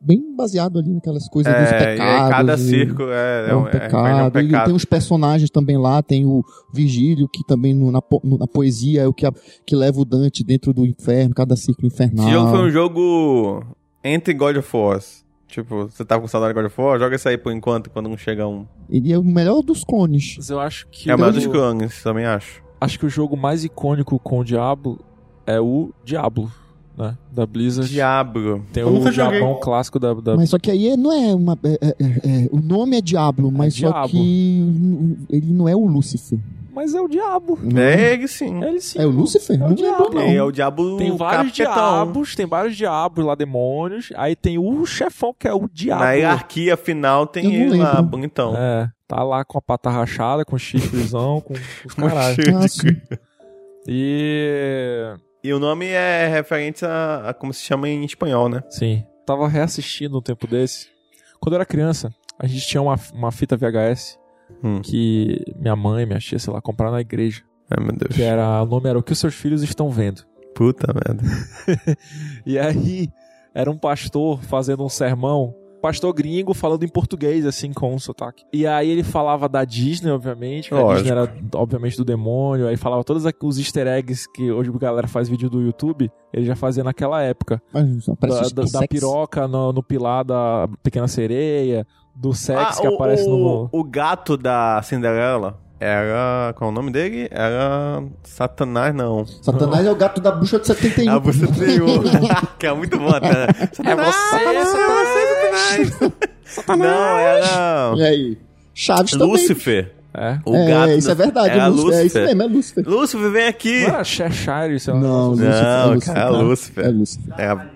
Speaker 4: bem baseado ali naquelas coisas dos
Speaker 5: É, e
Speaker 4: pecados.
Speaker 5: aí cada
Speaker 4: e-
Speaker 5: circo é,
Speaker 4: É um pecado.
Speaker 5: um
Speaker 4: E tem
Speaker 5: pecado.
Speaker 4: os personagens também lá, tem o Virgílio, que também no- na, po- no- na poesia é o que, a- que leva o Dante dentro do inferno, cada ciclo infernal.
Speaker 5: Esse jogo foi um jogo entre God of War. Tipo, você tava com saudade de God of War, joga esse aí por enquanto, quando não chega um.
Speaker 4: Ele é o melhor dos clones.
Speaker 3: Mas eu acho que.
Speaker 5: é o
Speaker 3: o-
Speaker 5: maior dos clones, também acho.
Speaker 3: Acho que o jogo mais icônico com o Diabo é o Diablo, né? Da Blizzard.
Speaker 5: Diablo.
Speaker 3: Tem
Speaker 2: Eu
Speaker 3: o
Speaker 2: nunca joguei.
Speaker 3: Diabão clássico da, da
Speaker 4: Mas só que aí é- não é uma. é- é- é- é- o nome é Diablo, mas só
Speaker 3: Diabo.
Speaker 4: que n- ele não é o Lúcifer.
Speaker 3: Mas é o diabo.
Speaker 5: É ele sim.
Speaker 3: Ele sim.
Speaker 4: É o Lúcifer?
Speaker 3: É o
Speaker 4: não
Speaker 3: diabo.
Speaker 4: lembro, Hum. não.
Speaker 5: E é o é diabo
Speaker 3: Tem vários
Speaker 5: capetão.
Speaker 3: diabos, tem vários diabos lá, demônios. Aí tem o chefão, que é o diabo.
Speaker 5: Na hierarquia final tem
Speaker 4: Eu não
Speaker 5: ele lá, então.
Speaker 4: lembro.
Speaker 5: bonitão.
Speaker 3: É, tá lá com a pata rachada, com chifrezão, com os
Speaker 5: Com
Speaker 3: caralho.
Speaker 5: cheio
Speaker 4: Ah,
Speaker 5: de
Speaker 4: sim.
Speaker 3: E...
Speaker 5: E o nome é referente a, a como se chama em espanhol, né?
Speaker 3: Sim. Tava reassistindo um tempo desse. Quando eu era criança, a gente tinha uma, uma fita VHS
Speaker 5: Hum.
Speaker 3: que minha mãe, minha tia, sei lá, compraram na igreja.
Speaker 5: Ai, meu Deus.
Speaker 3: Que era, o nome era O que os seus filhos estão vendo.
Speaker 5: Puta merda.
Speaker 3: E aí era um pastor fazendo um sermão, pastor gringo falando em português, assim, com um sotaque. E aí ele falava da Disney, obviamente, que a
Speaker 5: Lógico.
Speaker 3: Disney era, obviamente, do demônio, aí falava todos aqu- os easter eggs que hoje a galera faz vídeo do YouTube, ele já fazia naquela época.
Speaker 4: Mas só
Speaker 3: Da,
Speaker 4: parece
Speaker 3: da- da piroca no, no pilar da pequena sereia, do sexo É que
Speaker 5: Ah, o,
Speaker 3: aparece
Speaker 5: o,
Speaker 3: no...
Speaker 5: o gato da Cinderela era. Qual é o nome dele? Era. Satanás, não.
Speaker 4: Satanás é o gato da bucha de 71.
Speaker 5: Ah, você tem o. que é muito bom, até.
Speaker 3: É você,
Speaker 5: Satanás! Satanás! Não, era.
Speaker 4: E aí? Chaves também.
Speaker 5: Lúcifer.
Speaker 3: É.
Speaker 5: O gato
Speaker 4: É, isso
Speaker 5: da-
Speaker 4: é verdade.
Speaker 5: Era
Speaker 4: Lúcifer. É isso
Speaker 5: Lúcifer.
Speaker 4: mesmo, é Lúcifer.
Speaker 5: Lúcifer, vem aqui!
Speaker 3: Não era Cheshire, sei lá.
Speaker 4: Não, Lúcifer.
Speaker 5: Não,
Speaker 4: é Lúcifer,
Speaker 5: cara,
Speaker 4: tá?
Speaker 5: Lúcifer.
Speaker 4: É Lúcifer.
Speaker 5: É-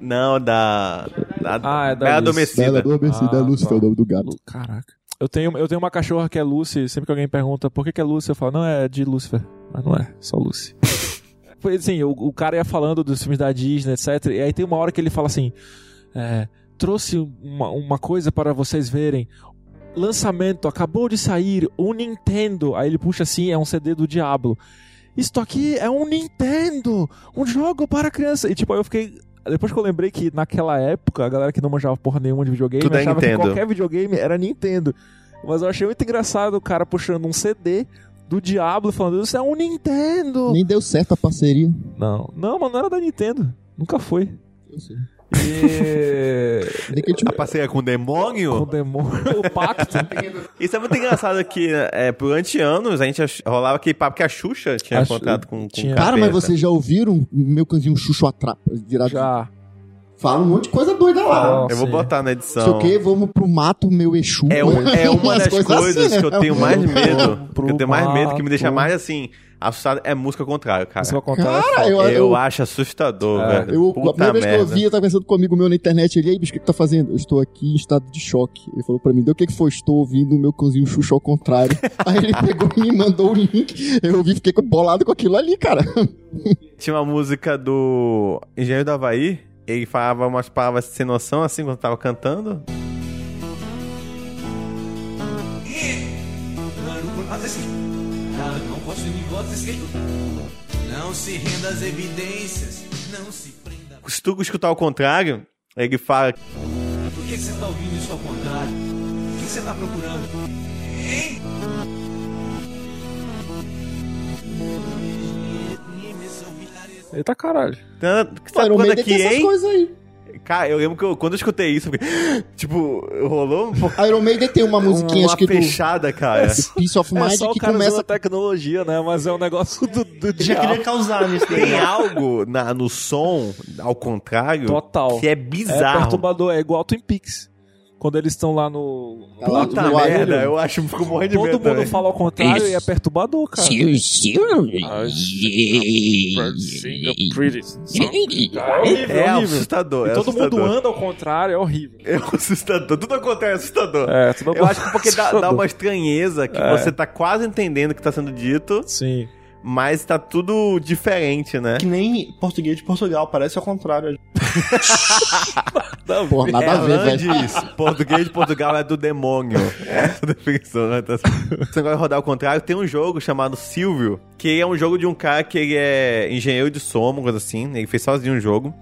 Speaker 5: Não, da. da
Speaker 3: Ah, é da
Speaker 5: Bela
Speaker 3: Alice.
Speaker 5: Adormecida.
Speaker 4: Bela do ABC,
Speaker 3: Ah,
Speaker 4: é Lúcifer,
Speaker 3: tá.
Speaker 4: é o nome do gato.
Speaker 3: Lu- Caraca. Eu tenho, eu tenho uma cachorra que é Lucy. Sempre que alguém pergunta por que, que é Lucy, eu falo, não, é de Lúcifer. Mas não é, só Lucy. Foi assim, o, o cara ia falando dos filmes da Disney, etc. E aí tem uma hora que ele fala assim: é, trouxe uma, uma coisa para vocês verem. Lançamento, acabou de sair, um Nintendo. Aí ele puxa assim, é um CD do Diablo. Isto aqui é um Nintendo! Um jogo para criança. E tipo, aí eu fiquei. Depois que eu lembrei que naquela época a galera que não manjava porra nenhuma de videogame
Speaker 5: Tudo é
Speaker 3: achava
Speaker 5: Nintendo.
Speaker 3: que qualquer videogame era Nintendo. Mas eu achei muito engraçado o cara puxando um CD do Diablo falando: Isso é um Nintendo!
Speaker 4: Nem deu certo a parceria.
Speaker 3: Não, não, mas não era da Nintendo. Nunca foi.
Speaker 4: Eu sei.
Speaker 3: E...
Speaker 4: Nem que eu te...
Speaker 5: A parceria com o
Speaker 3: Com o
Speaker 5: demônio?
Speaker 3: demônio, o pacto.
Speaker 5: Isso é muito engraçado que, é, durante anos, a gente ach- rolava aquele papo que a Xuxa tinha
Speaker 3: A Xu-
Speaker 5: contrato com, com
Speaker 3: tinha.
Speaker 5: o
Speaker 4: Cara, mas
Speaker 5: capeta.
Speaker 4: vocês já ouviram o meu canzinho Xuxo Atrapa? Virado...
Speaker 3: Já.
Speaker 4: Fala um monte de coisa doida lá.
Speaker 3: Fala.
Speaker 5: Eu vou
Speaker 3: Sim.
Speaker 5: botar na
Speaker 4: Não sei
Speaker 5: edição.
Speaker 4: o que, vamos pro mato, meu Exu.
Speaker 5: É, um- é uma
Speaker 4: Umas
Speaker 5: das coisas,
Speaker 4: assim,
Speaker 5: que eu
Speaker 4: né?
Speaker 5: tenho mais medo.
Speaker 3: Pro
Speaker 5: que eu tenho mais medo, que me deixa
Speaker 3: mato.
Speaker 5: mais assim, assustado, é música ao contrário, cara.
Speaker 3: Isso vai contar.
Speaker 4: Cara,
Speaker 5: Eu,
Speaker 4: Ah, eu, eu,
Speaker 5: acho assustador,
Speaker 3: É.
Speaker 5: velho.
Speaker 4: eu,
Speaker 5: Puta
Speaker 4: a primeira vez que eu
Speaker 5: merda.
Speaker 4: ouvi, eu tava conversando com um amigo meu na internet. Ele, aí, bicho, o que, que tá fazendo? Eu estou aqui em estado de choque. Ele falou pra mim, deu o que que foi? Estou ouvindo o meu cozinho Xuxa ao contrário. aí ele pegou e me mandou o link. Eu ouvi, fiquei bolado com aquilo ali, cara.
Speaker 5: Tinha uma música do Engenheiro do Havaí. Ele falava umas palavras sem noção, assim, quando tava cantando.
Speaker 7: assim. Não se renda às evidências, não se prenda.
Speaker 5: Se tu escutar ao contrário, ele fala...
Speaker 7: Por que que você tá ouvindo isso ao contrário? O que que você tá procurando?
Speaker 3: Eita caralho.
Speaker 5: Tanto,
Speaker 4: Pô,
Speaker 5: sabe
Speaker 4: Iron
Speaker 5: quando
Speaker 4: Maiden
Speaker 5: aqui,
Speaker 4: tem essas
Speaker 5: hein?
Speaker 4: coisas aí.
Speaker 5: Cara, eu lembro que eu- quando eu escutei isso, eu fiquei... Tipo, rolou um pouco...
Speaker 4: Iron Maiden tem uma musiquinha,
Speaker 5: uma
Speaker 4: acho que do
Speaker 5: fechada, cara.
Speaker 4: Peace of
Speaker 3: É
Speaker 4: Mind,
Speaker 3: só o
Speaker 4: que
Speaker 3: cara
Speaker 4: começa...
Speaker 3: usando tecnologia, né? Mas é um negócio do, do
Speaker 2: Eu já
Speaker 3: diabo.
Speaker 2: queria causar nisso né? daí.
Speaker 5: Tem algo na- no som, ao contrário,
Speaker 3: Total.
Speaker 5: que é
Speaker 3: É
Speaker 5: bizarro.
Speaker 3: perturbador, é igual Twin Peaks. Quando eles estão lá no.
Speaker 4: Tá lá
Speaker 5: Puta
Speaker 4: no
Speaker 5: merda,
Speaker 4: barulho.
Speaker 5: eu acho que ficou morrendo de
Speaker 3: Todo
Speaker 5: medo.
Speaker 3: mundo
Speaker 5: também.
Speaker 3: fala ao contrário e é perturbador, cara.
Speaker 5: É
Speaker 3: horrível.
Speaker 5: assustador,
Speaker 3: E
Speaker 5: é
Speaker 3: todo mundo
Speaker 5: assustador.
Speaker 3: anda ao contrário, é horrível.
Speaker 5: É assustador, tudo acontece, é assustador.
Speaker 3: É, tudo
Speaker 5: Eu acho que porque dá, dá uma estranheza que
Speaker 3: É.
Speaker 5: você tá quase entendendo o que tá sendo dito,
Speaker 3: Sim.
Speaker 5: mas tá tudo diferente, né?
Speaker 2: Que nem português de Portugal, parece ao contrário.
Speaker 4: Porra, nada
Speaker 5: é,
Speaker 4: a ver,
Speaker 5: Alan
Speaker 4: velho. É?
Speaker 5: diz, português de Portugal é do demônio. Essa definição, né? Tá... Esse negócio de rodar ao contrário, tem um jogo chamado Silvio, que é um jogo de um cara que ele é engenheiro de som, uma coisa assim, ele fez sozinho um jogo,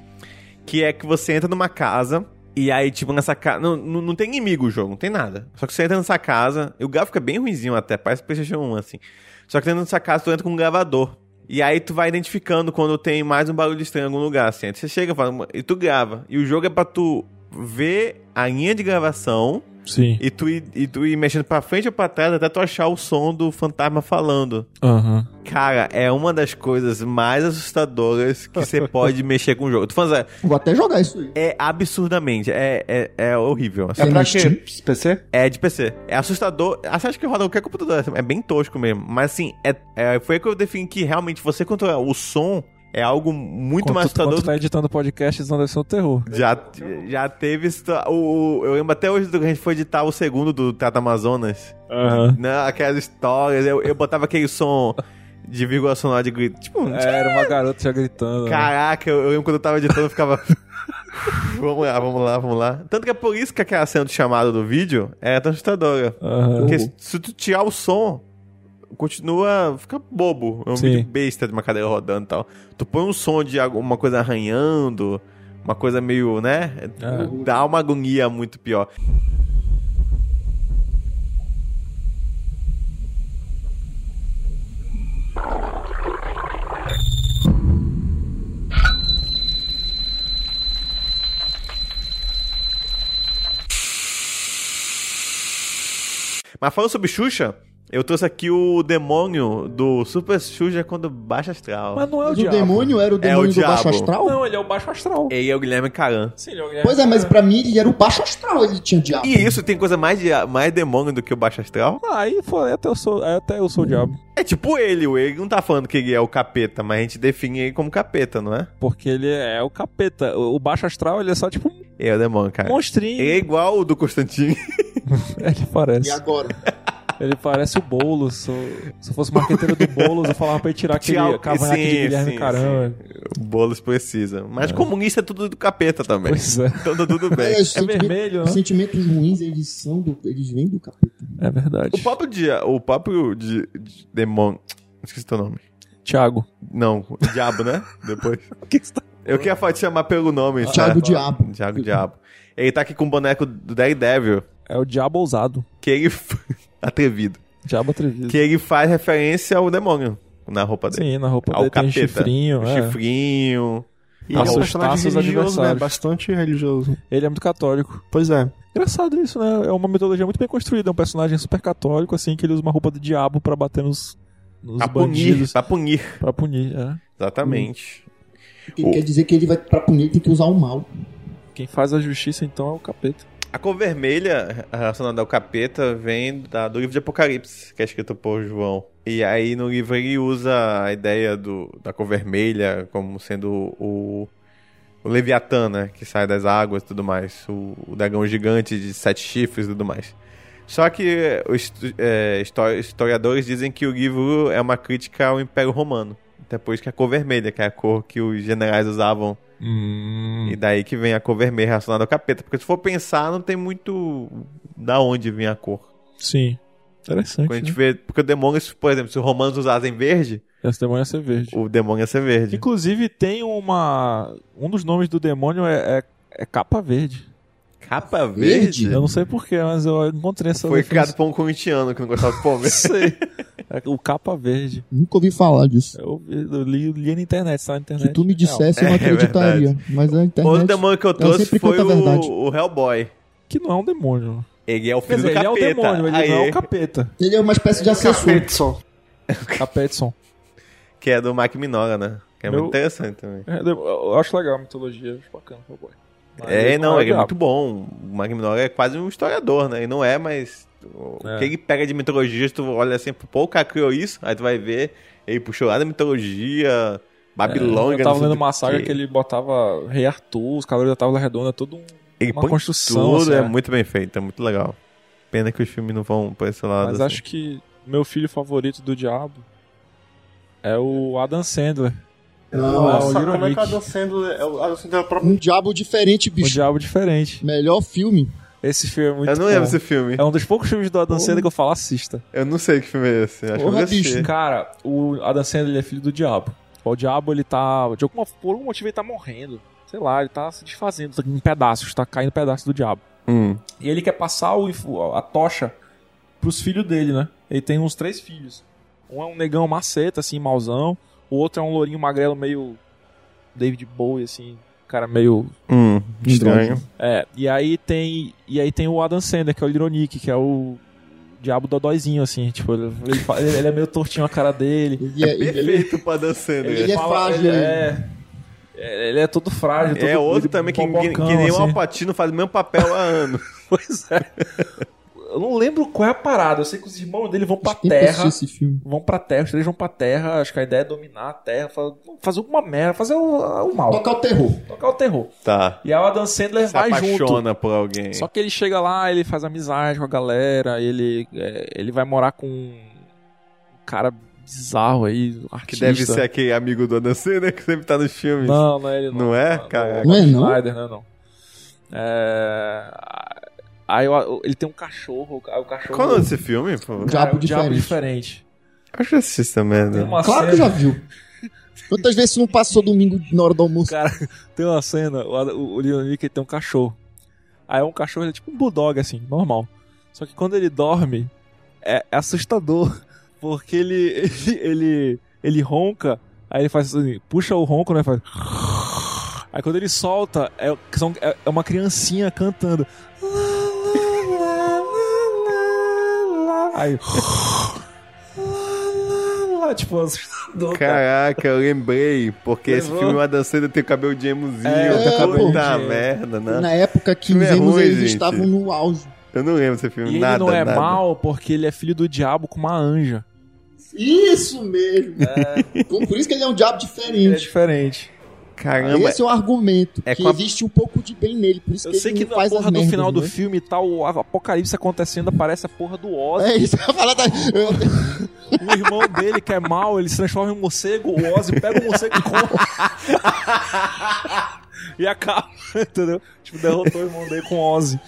Speaker 5: que é que você entra numa casa, e aí, tipo, nessa casa... Não, não, não tem inimigo o jogo, não tem nada. Só que você entra nessa casa, e o gráfico é bem ruimzinho até, parece PlayStation 1, assim. Só que dentro dessa casa tu entra com um gravador. E aí tu vai identificando quando tem mais um barulho estranho em algum lugar, assim. Aí você chega e fala, e tu grava. E o jogo é pra tu ver a linha de gravação
Speaker 3: Sim.
Speaker 5: e tu ir, e tu ir mexendo pra frente ou pra trás até tu achar o som do fantasma falando.
Speaker 3: Aham.
Speaker 5: Cara, é uma das coisas mais assustadoras que você pode mexer com o jogo. Tu falando, sério,
Speaker 4: Vou até jogar isso aí.
Speaker 5: é absurdamente, é, é, é horrível. assim.
Speaker 2: É pra
Speaker 4: Tem no
Speaker 2: quê? PC?
Speaker 5: É de PC. É assustador. Ah, Você acha que roda qualquer computador? assim, É bem tosco mesmo. Mas assim, é, é- foi aí que eu defini que realmente você controlar o som é algo muito mais
Speaker 3: Quando tu-
Speaker 5: assustador
Speaker 3: quando tu
Speaker 5: do
Speaker 3: tá editando podcast, eles andam sendo um terror.
Speaker 5: já, já teve. situa- O, o- eu lembro até hoje do que a gente foi editar o segundo do Trata Amazonas.
Speaker 3: Aham.
Speaker 5: Né? Aquelas histórias. Eu, eu botava aquele som de vírgula sonora de grito. Tipo,
Speaker 3: Era uma É, garota já gritando. né?
Speaker 5: caraca, eu, eu lembro quando eu tava editando, eu ficava. vamos lá, vamos lá, vamos lá. Tanto que é por isso que aquela cena do chamado do vídeo é tão assustadora.
Speaker 3: Aham.
Speaker 5: Porque se- se tu tirar o som, continua. fica bobo. É um
Speaker 3: Sim.
Speaker 5: vídeo besta de uma cadeira rodando e tal. Tu põe um som de alguma coisa arranhando, uma coisa meio, né?
Speaker 3: É.
Speaker 5: Dá uma agonia muito pior. Mas falando sobre Xuxa, eu trouxe aqui o demônio do Super Xuxa quando baixa astral.
Speaker 3: Mas não é o,
Speaker 4: Mas o
Speaker 3: diabo.
Speaker 4: demônio era o demônio do
Speaker 5: diabo.
Speaker 4: baixo astral?
Speaker 3: Não, ele é o baixo astral.
Speaker 5: Ele é o Guilherme Caran.
Speaker 3: Sim, ele é o Guilherme
Speaker 4: Pois é, mas
Speaker 3: Caran.
Speaker 4: pra mim ele era o baixo astral, ele tinha diabo.
Speaker 5: E isso tem coisa mais, dia- mais demônio do que o baixo astral?
Speaker 3: Ah, aí foi, até eu sou, aí até eu sou o diabo.
Speaker 5: É tipo ele, o ele não tá falando que ele é o capeta, mas a gente define ele como capeta, não é?
Speaker 3: Porque ele é o capeta. O o baixo astral, ele é só tipo um
Speaker 5: Ele é o demônio, cara.
Speaker 3: monstrinho.
Speaker 5: Ele é igual o do Constantino.
Speaker 3: Ele
Speaker 4: E
Speaker 3: parece.
Speaker 4: agora?
Speaker 3: Ele parece o Boulos. Se eu- se eu fosse marqueteiro do Boulos, eu falava pra ele tirar aquele
Speaker 5: Tirar o-
Speaker 3: cavanhaque
Speaker 5: sim,
Speaker 3: de Guilherme
Speaker 5: sim,
Speaker 3: Caramba.
Speaker 5: O Boulos precisa. Mas comunista é tudo do capeta também.
Speaker 3: Pois é.
Speaker 5: Então tá tudo bem.
Speaker 4: É, os sentimentos-
Speaker 3: vermelho,
Speaker 4: os
Speaker 3: né?
Speaker 4: sentimentos ruins, eles são do, eles vêm do capeta.
Speaker 3: É verdade.
Speaker 5: O próprio dia, o próprio di, di- demônio. Esqueci teu nome.
Speaker 3: Tiago.
Speaker 5: Não, o diabo, né? Depois.
Speaker 3: O que você tá...
Speaker 5: Eu queria fa- te chamar pelo nome, tá?
Speaker 4: Thiago Diabo.
Speaker 5: Thiago Diabo. Ele tá aqui com o boneco do Daredevil,
Speaker 3: É o diabo ousado.
Speaker 5: que ele. atrevido.
Speaker 3: Diabo atrevido.
Speaker 5: Que ele faz referência ao demônio na roupa dele.
Speaker 3: Sim, na roupa
Speaker 5: Ao
Speaker 3: dele tem um
Speaker 5: capeta.
Speaker 3: chifrinho.
Speaker 5: O
Speaker 3: é.
Speaker 5: chifrinho.
Speaker 2: E
Speaker 3: Nossa,
Speaker 2: ele é um
Speaker 3: os
Speaker 2: personagem
Speaker 3: taços
Speaker 2: religioso, né?
Speaker 3: adversários.
Speaker 2: Bastante religioso.
Speaker 3: Ele é muito católico.
Speaker 2: Pois é.
Speaker 3: Engraçado isso, né? É uma mitologia muito bem construída. É um personagem super católico, assim, que ele usa uma roupa do diabo pra bater nos, nos
Speaker 5: Pra punir.
Speaker 3: bandidos.
Speaker 5: Pra punir.
Speaker 3: Pra punir, é.
Speaker 5: Exatamente.
Speaker 4: Porque
Speaker 5: O-
Speaker 4: Quer dizer que ele vai, pra punir, ele tem que usar o mal.
Speaker 3: Quem faz a justiça, então, é o capeta.
Speaker 5: A cor vermelha relacionada ao capeta vem da- do livro de Apocalipse, que é escrito por João. E aí no livro ele usa a ideia do, da cor vermelha como sendo o, o Leviatã, né? Que sai das águas e tudo mais. O, o dragão gigante de sete chifres e tudo mais. Só que os estu- é, histo- historiadores dizem que o livro é uma crítica ao Império Romano. Até por isso que é a cor vermelha, que é a cor que os generais usavam
Speaker 3: Hum.
Speaker 5: e daí que vem a cor vermelha relacionada ao capeta. Porque se for pensar, não tem muito da onde vir a cor.
Speaker 3: Sim. Interessante.
Speaker 5: Quando a gente
Speaker 3: né?
Speaker 5: vê. Porque o demônio, se- por exemplo, se os romanos usassem verde,
Speaker 3: Esse demônio ia ser verde.
Speaker 5: o demônio ia ser verde.
Speaker 3: Inclusive, tem uma. Um dos nomes do demônio é, é, é capa verde.
Speaker 5: Capa
Speaker 4: Verde?
Speaker 5: verde?
Speaker 3: Eu não sei porquê, mas eu encontrei essa.
Speaker 5: Foi
Speaker 3: definição.
Speaker 5: criado por um corintiano que não gostava do Palmeiras.
Speaker 3: sei. É O capa verde.
Speaker 4: Nunca ouvi falar disso.
Speaker 3: Eu, eu li, li na internet, tá na internet.
Speaker 4: Se tu me dissesse, eu
Speaker 5: É
Speaker 4: não acreditaria. Mas a
Speaker 5: Outro
Speaker 4: internet...
Speaker 5: demônio que eu
Speaker 4: ela
Speaker 5: trouxe
Speaker 4: sempre
Speaker 5: foi
Speaker 4: conta a verdade.
Speaker 5: o, o Hellboy.
Speaker 3: Não, que não é um demônio.
Speaker 5: Ele é o
Speaker 3: Quer
Speaker 5: filho
Speaker 3: dizer,
Speaker 5: do
Speaker 3: ele é
Speaker 5: capeta.
Speaker 3: o demônio, ele
Speaker 5: Aê.
Speaker 3: não é o capeta.
Speaker 4: Ele é uma espécie de assessor.
Speaker 2: Capetson.
Speaker 3: Capetson.
Speaker 5: Que é do Mike Minora, né? Que é
Speaker 3: Meu-
Speaker 5: muito interessante também.
Speaker 3: É, eu- Eu acho legal a mitologia, acho bacana, meu boy. Mas
Speaker 5: É,
Speaker 3: ele
Speaker 5: não,
Speaker 3: o
Speaker 5: ele é
Speaker 3: diabo.
Speaker 5: muito bom. O Mike Minora é quase um historiador, né? Ele não é, mas o
Speaker 3: É.
Speaker 5: que ele pega de mitologia, tu olha assim, pô, o cara criou isso, aí tu vai ver, ele puxou lá da mitologia babilônica.
Speaker 3: é,
Speaker 5: não
Speaker 3: Eu tava
Speaker 5: sei do
Speaker 3: lendo uma saga que
Speaker 5: ele,
Speaker 3: ele botava Rei Arthur, os Cavaleiros da Tábua Redonda, todo um. uma
Speaker 5: põe
Speaker 3: construção,
Speaker 5: tudo,
Speaker 3: assim,
Speaker 5: é
Speaker 3: é.
Speaker 5: muito bem feito, é muito legal. Pena que os filmes não vão pra esse lado.
Speaker 3: Mas
Speaker 5: assim.
Speaker 3: acho que meu filho favorito do diabo é o Adam Sandler.
Speaker 2: Nossa,
Speaker 3: Little
Speaker 2: como é que
Speaker 3: Nick.
Speaker 2: o Adam Sandler... O Adam Sandler é o próprio...
Speaker 4: Um diabo diferente,
Speaker 3: O
Speaker 4: bicho.
Speaker 3: Diabo Diferente.
Speaker 4: Melhor filme.
Speaker 3: Esse filme é muito
Speaker 5: Eu não
Speaker 3: bom.
Speaker 5: lembro esse filme.
Speaker 3: É um dos poucos filmes do Adam Sandler que eu falo assista.
Speaker 5: Eu não sei que filme é esse. Acho que eu
Speaker 4: Porra,
Speaker 5: assisti.
Speaker 4: bicho.
Speaker 3: Cara, o Adam Sandler ele é filho do diabo. O diabo, ele tá. De alguma, por algum motivo, ele tá morrendo. Sei lá, ele tá se desfazendo tá em pedaços, tá caindo pedaços do diabo.
Speaker 5: Hum.
Speaker 3: E ele quer passar o info- a tocha pros filhos dele, né? Ele tem uns três filhos. Um é um negão maceta, assim, mauzão. O outro é um lourinho magrelo meio David Bowie, assim, cara meio
Speaker 5: Hum. Estranho.
Speaker 3: é, e aí tem. E aí tem o Adam Sandler, que é o Lironic, que é o diabo dodóizinho, assim, tipo, ele, ele fa- ele- ele é meio tortinho a cara dele.
Speaker 4: Ele é, ele-
Speaker 5: Perfeito pra né? Adam Sandler.
Speaker 4: Ele é frágil, né?
Speaker 3: Ele é, é, ele é todo frágil.
Speaker 5: É
Speaker 3: todo-
Speaker 5: outro
Speaker 3: ele-
Speaker 5: também que, que,
Speaker 3: bobocão,
Speaker 5: que nem o
Speaker 3: assim.
Speaker 5: Alpatino faz o mesmo papel há anos.
Speaker 3: Pois é. Eu não lembro qual é a parada. Eu sei que os irmãos dele vão pra
Speaker 4: Tem que é assistir
Speaker 3: terra.
Speaker 4: esse filme.
Speaker 3: Vão pra terra, os três vão pra terra. Acho que a ideia é dominar a terra, fa- fazer alguma merda, fazer o, o mal,
Speaker 4: Tocar é o terror.
Speaker 3: tocar o terror.
Speaker 5: Tá.
Speaker 3: E aí o Adam Sandler
Speaker 5: Se
Speaker 3: vai junto.
Speaker 5: apaixona por alguém.
Speaker 3: Só que ele chega lá, ele faz amizade com a galera, ele, é, ele vai morar com um cara bizarro aí, um
Speaker 5: Que
Speaker 3: artista.
Speaker 5: deve ser aquele amigo do Adam Sandler que sempre tá nos filmes.
Speaker 3: Não, não é ele não.
Speaker 5: Não é? Caraca.
Speaker 4: Não é, não?
Speaker 3: Snyder, não é não. É... Aí eu- ele tem um cachorro, o cachorro...
Speaker 5: Qual é o nome desse filme, pô?
Speaker 3: Cara, é um
Speaker 4: Diabo
Speaker 3: diabo
Speaker 4: Diferente.
Speaker 3: diferente.
Speaker 5: Acho que eu assisti essa merda.
Speaker 3: Tem uma
Speaker 4: Claro que
Speaker 3: cena-
Speaker 4: já viu. Quantas vezes tu não passou domingo na hora do almoço?
Speaker 3: Cara, tem uma cena, o, Ad- o, o Leon Nick, ele tem um cachorro. Aí é um cachorro, ele é tipo um bulldog, assim, normal. Só que quando ele dorme, é, é assustador. Porque ele, ele, ele, ele ronca, aí ele faz assim, puxa o ronco, né? Faz. Aí quando ele solta, é, são- é- é uma criancinha cantando. Aí. Tipo, assustador. cara.
Speaker 5: Caraca, eu lembrei, porque
Speaker 3: Levou?
Speaker 5: esse filme o Adam Sandler tem o cabelo de emozinho,
Speaker 3: É,
Speaker 4: tem o cabelo
Speaker 5: puta
Speaker 3: de emo.
Speaker 5: merda, né?
Speaker 4: Na época que
Speaker 5: Filme é
Speaker 4: vimos,
Speaker 5: ruim,
Speaker 4: eles
Speaker 5: gente.
Speaker 4: estavam no auge.
Speaker 5: Eu não lembro desse filme,
Speaker 3: E
Speaker 5: nada,
Speaker 3: ele não é
Speaker 5: nada.
Speaker 3: mal porque ele é filho do diabo com uma anja.
Speaker 4: Isso mesmo! Como- Por isso que ele é um diabo diferente.
Speaker 3: diferente.
Speaker 5: Caramba,
Speaker 4: Esse é o argumento.
Speaker 5: É
Speaker 4: que
Speaker 5: com a-
Speaker 4: existe um pouco de bem nele. Por isso
Speaker 3: Eu
Speaker 4: que
Speaker 3: sei
Speaker 4: ele
Speaker 3: que
Speaker 4: não
Speaker 3: na
Speaker 4: faz
Speaker 3: porra
Speaker 4: as
Speaker 3: do
Speaker 4: merdas,
Speaker 3: final do
Speaker 4: né?
Speaker 3: filme e tal, o apocalipse acontecendo, aparece a porra do Ozzy.
Speaker 4: É isso, eu ia falar da... eu-
Speaker 3: O irmão dele, que é mau, ele se transforma em um morcego, o Ozzy pega o morcego e come. e acaba, entendeu? Tipo, derrotou o irmão dele com o Ozzy.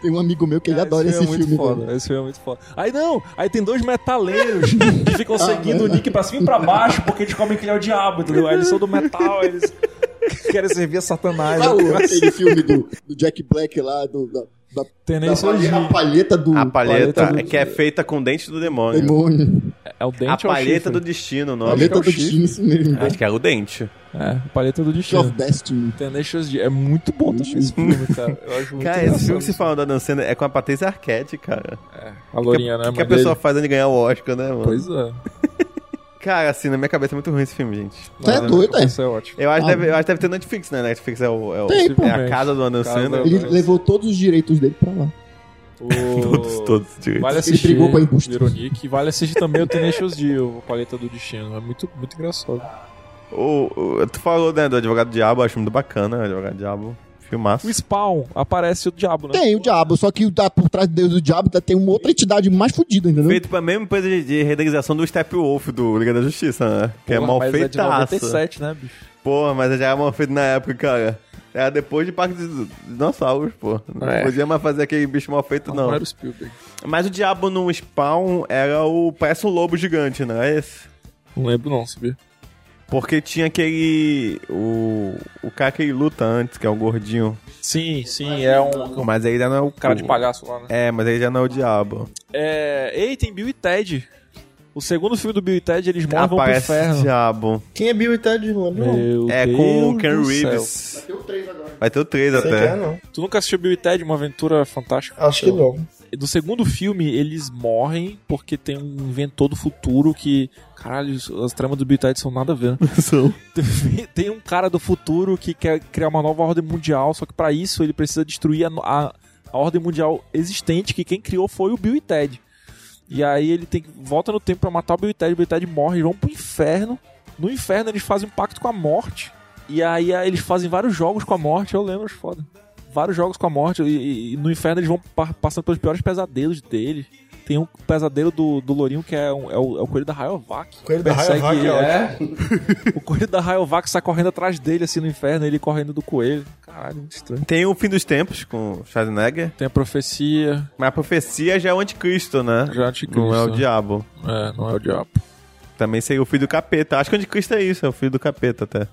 Speaker 4: Tem um amigo meu que ele
Speaker 3: Cara,
Speaker 4: adora esse
Speaker 3: filme. é
Speaker 4: filme.
Speaker 3: muito
Speaker 4: velho.
Speaker 3: foda, esse filme é muito foda. Aí não, aí tem dois metaleiros que ficam
Speaker 4: Ah,
Speaker 3: seguindo o Nick pra cima e pra baixo porque descobrem que ele é o diabo, entendeu? Aí eles são do metal, aí eles querem servir a satanás.
Speaker 4: Qual o- aquele filme do, do Jack Black lá, do, da, da, da
Speaker 3: Tenência
Speaker 4: palhe- a palheta do
Speaker 5: a palheta,
Speaker 3: palheta do-
Speaker 5: é que é feita com dente do demônio.
Speaker 4: demônio.
Speaker 3: É o
Speaker 5: A
Speaker 3: dente ou o
Speaker 5: palheta do
Speaker 3: chifre?
Speaker 5: destino, o nome.
Speaker 4: Palheta
Speaker 5: Acho que é
Speaker 4: do
Speaker 5: o chifre.
Speaker 4: destino, isso mesmo.
Speaker 5: Acho que é o dente.
Speaker 3: É, a palheta do
Speaker 4: Destiny of
Speaker 3: destino.
Speaker 4: Destiny.
Speaker 3: Tenacious D. É muito bom também esse filme, cara. Eu acho muito
Speaker 5: Uhum. Cara, esse filme que
Speaker 3: engraçado.
Speaker 5: se fala da Dan Sandler é com a Patrícia Arquette, cara.
Speaker 3: A lourinha, né?
Speaker 5: O que, que a
Speaker 3: mãe
Speaker 5: pessoa
Speaker 3: dele?
Speaker 5: faz antes de ganhar o Oscar, né, mano?
Speaker 3: Pois é.
Speaker 5: Cara, assim, na minha cabeça é muito ruim esse filme, gente.
Speaker 4: Tu é doido,
Speaker 5: né?
Speaker 4: é?
Speaker 3: Isso é ótimo.
Speaker 5: Eu acho que
Speaker 4: Ah.
Speaker 5: deve, eu acho que deve ter Netflix, né? Netflix é, o, é, o-
Speaker 4: Tem, pô.
Speaker 5: é a casa do Adam
Speaker 3: Casa
Speaker 5: Sandler.
Speaker 3: do-
Speaker 4: Ele levou todos os direitos dele pra lá.
Speaker 3: O-
Speaker 5: Todos, todos direitos.
Speaker 3: Vale
Speaker 4: Ele
Speaker 3: assistir.
Speaker 4: brigou com a indústria.
Speaker 3: Ironic. E Vale assistir também o Tenacious D, o Paleta do Destino. É muito, muito engraçado.
Speaker 5: O, o- tu falou, né, do Advogado Diabo, eu acho muito bacana, Advogado Diabo. Filmaço.
Speaker 3: O Spawn aparece o diabo, né?
Speaker 4: Tem o diabo, só que tá por trás do Deus do diabo tá- tem uma outra entidade mais fodida, entendeu?
Speaker 5: Feito pra mesma empresa de, de renderização do Steppenwolf do Liga da Justiça, né? Que é mal
Speaker 3: Mas é de
Speaker 5: feitaço.
Speaker 3: 97, né, bicho?
Speaker 5: Porra, mas é já era mal feito na época, cara. Era depois de Parque dos Dinossauros, pô. Não
Speaker 3: É.
Speaker 5: podia mais fazer aquele bicho mal feito, não.
Speaker 3: era Tá o Spielberg.
Speaker 5: Mas o diabo no spawn era o. Parece um lobo gigante, não é esse?
Speaker 3: Não lembro não, sabia?
Speaker 5: Porque tinha aquele. O. O cara que ele luta antes, que é o gordinho.
Speaker 3: Sim, sim. É um
Speaker 5: Mas aí já não é o.
Speaker 3: cara de palhaço lá, né?
Speaker 5: É, mas aí já não é o diabo.
Speaker 3: É... Ei, tem Bill e Ted. O segundo filme do Bill e Ted, eles moram e vão Ah, pro
Speaker 5: Aparece
Speaker 3: inferno.
Speaker 5: o diabo.
Speaker 2: Quem é Bill e Ted? Não lembro, não.
Speaker 3: Meu
Speaker 5: é
Speaker 3: Deus
Speaker 5: com o Ken
Speaker 3: do céu.
Speaker 5: Reeves. Vai ter o 3
Speaker 2: Sei que é,
Speaker 5: até.
Speaker 2: não.
Speaker 3: Tu nunca assistiu Bill e Ted, Uma Aventura Fantástica?
Speaker 2: Acho que não.
Speaker 3: Do segundo filme, eles morrem porque tem um inventor do futuro que... Caralho, as tramas do Bill e Ted são nada a ver, né?
Speaker 5: São.
Speaker 3: Tem- tem um cara do futuro que quer criar uma nova ordem mundial, só que pra isso ele precisa destruir a, no- a- a ordem mundial existente, que quem criou foi o Bill e Ted. E aí ele tem que- volta no tempo pra matar o Bill e Ted, o Bill e Ted morre, vão pro inferno. No inferno eles fazem um pacto com a morte. E aí ah, eles fazem vários jogos com a morte, eu lembro, acho foda. Vários jogos com a morte, e, e- e no inferno eles vão pa- passando pelos piores pesadelos dele. Tem um pesadelo do, do Lourinho que é, um- é o, é o coelho da Rayovac.
Speaker 2: Coelho da
Speaker 3: Persegue- É.
Speaker 2: Rayovac é ótimo.
Speaker 3: o coelho da Rayovac sai correndo atrás dele, assim, no inferno, ele correndo do coelho. Caralho, muito estranho.
Speaker 5: Tem o Fim dos Tempos com o Schwarzenegger.
Speaker 3: Tem a profecia,
Speaker 5: Mas a profecia já é o anticristo, né?
Speaker 3: já é o anticristo.
Speaker 5: Não é o diabo.
Speaker 3: É, não é o diabo.
Speaker 5: Também seria o filho do capeta. Acho que o anticristo é isso, é o filho do capeta até.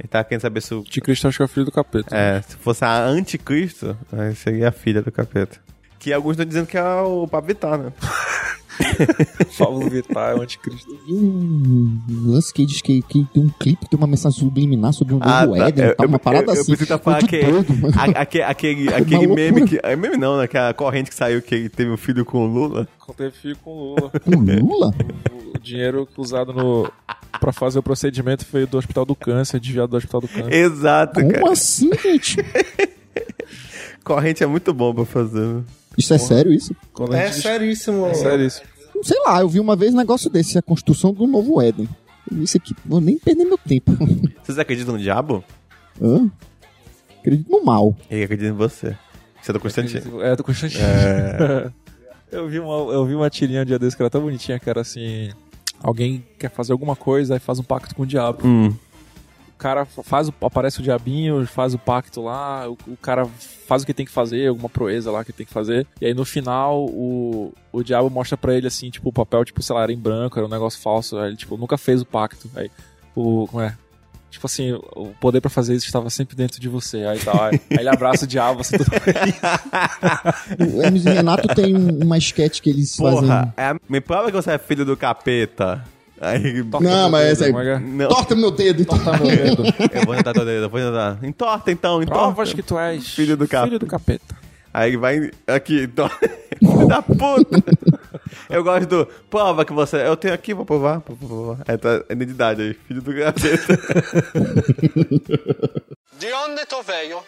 Speaker 5: Ele tá querendo saber se o.
Speaker 3: O anticristo acho que é o filho do capeta.
Speaker 5: É, se fosse a anticristo, aí seria a filha do capeta. Que alguns estão dizendo que é o Pablo Vittar, né?
Speaker 3: Paulo Vittar é o anticristo.
Speaker 4: E um lance que diz que, que tem um clipe, tem uma mensagem subliminar sobre um novo
Speaker 5: Ah, tá.
Speaker 1: É,
Speaker 4: Éden,
Speaker 5: Eu-
Speaker 4: tá,
Speaker 5: eu-
Speaker 4: uma parada
Speaker 5: eu- eu
Speaker 4: assim.
Speaker 5: preciso falar
Speaker 4: Muito
Speaker 5: que- é.
Speaker 4: doido, mano.
Speaker 5: A- aque- aquele
Speaker 4: Uma
Speaker 5: aquele
Speaker 4: loucura.
Speaker 5: meme que. É meme não, né? Que a corrente que saiu que ele teve um filho com o Lula.
Speaker 3: Quando ele fica com o Lula,
Speaker 4: Com Lula?
Speaker 3: o dinheiro usado no pra fazer o procedimento foi do Hospital do Câncer, desviado do Hospital do Câncer.
Speaker 5: Exato,
Speaker 4: Como
Speaker 5: cara.
Speaker 4: assim, gente?
Speaker 5: Corrente é muito bom pra
Speaker 1: né?
Speaker 5: fazer.
Speaker 4: Isso é sério, isso?
Speaker 3: Quando a
Speaker 2: É
Speaker 3: gente...
Speaker 2: seríssimo.
Speaker 3: Sério isso.
Speaker 4: Sei lá, eu vi uma vez um negócio desse, a construção do novo Éden. Isso aqui, vou nem perder meu tempo.
Speaker 5: Vocês acreditam no diabo?
Speaker 4: Hã? Acredito no mal.
Speaker 1: tá
Speaker 5: Ele acredita em você. Você é do Constantino.
Speaker 3: É, do Constantino. Eu vi uma, eu vi uma tirinha um dia desse que era tão bonitinha, que era assim. Alguém quer fazer alguma coisa, aí faz um pacto com o diabo.
Speaker 1: Hum.
Speaker 3: O cara faz o- aparece o diabinho, faz o pacto lá, o, o cara faz o que tem que fazer, alguma proeza lá que tem que fazer. E aí no final o, o diabo mostra pra ele assim, tipo, o papel, tipo, sei lá, era em branco, era um negócio falso. Aí ele, tipo, nunca fez o pacto. Aí, o. Como é? Tipo assim, o poder pra fazer isso estava sempre dentro de você. Aí tá, aí, aí ele abraça o diabo, assim, tudo
Speaker 4: O Hermes e Renato tem um- uma sketch que eles fazem.
Speaker 1: Porra, é a- me prova que você é filho do capeta. Aí,
Speaker 3: Toca
Speaker 4: Não,
Speaker 3: meu
Speaker 4: mas
Speaker 3: dedo,
Speaker 4: essa aí-
Speaker 3: como é que é?
Speaker 1: não,
Speaker 4: Torta meu dedo.
Speaker 3: Toca meu dedo.
Speaker 1: eu vou tentar, eu vou tentar. Entorta então, entorta.
Speaker 3: Provas que tu és
Speaker 1: Filho do capeta.
Speaker 3: Filho do capeta.
Speaker 1: Aí vai. Aqui, então. Filho da puta! Eu gosto do. Prova que você. Eu tenho aqui, vou provar. Vou provar. É tua identidade aí, filho do capeta.
Speaker 8: De onde tu veio?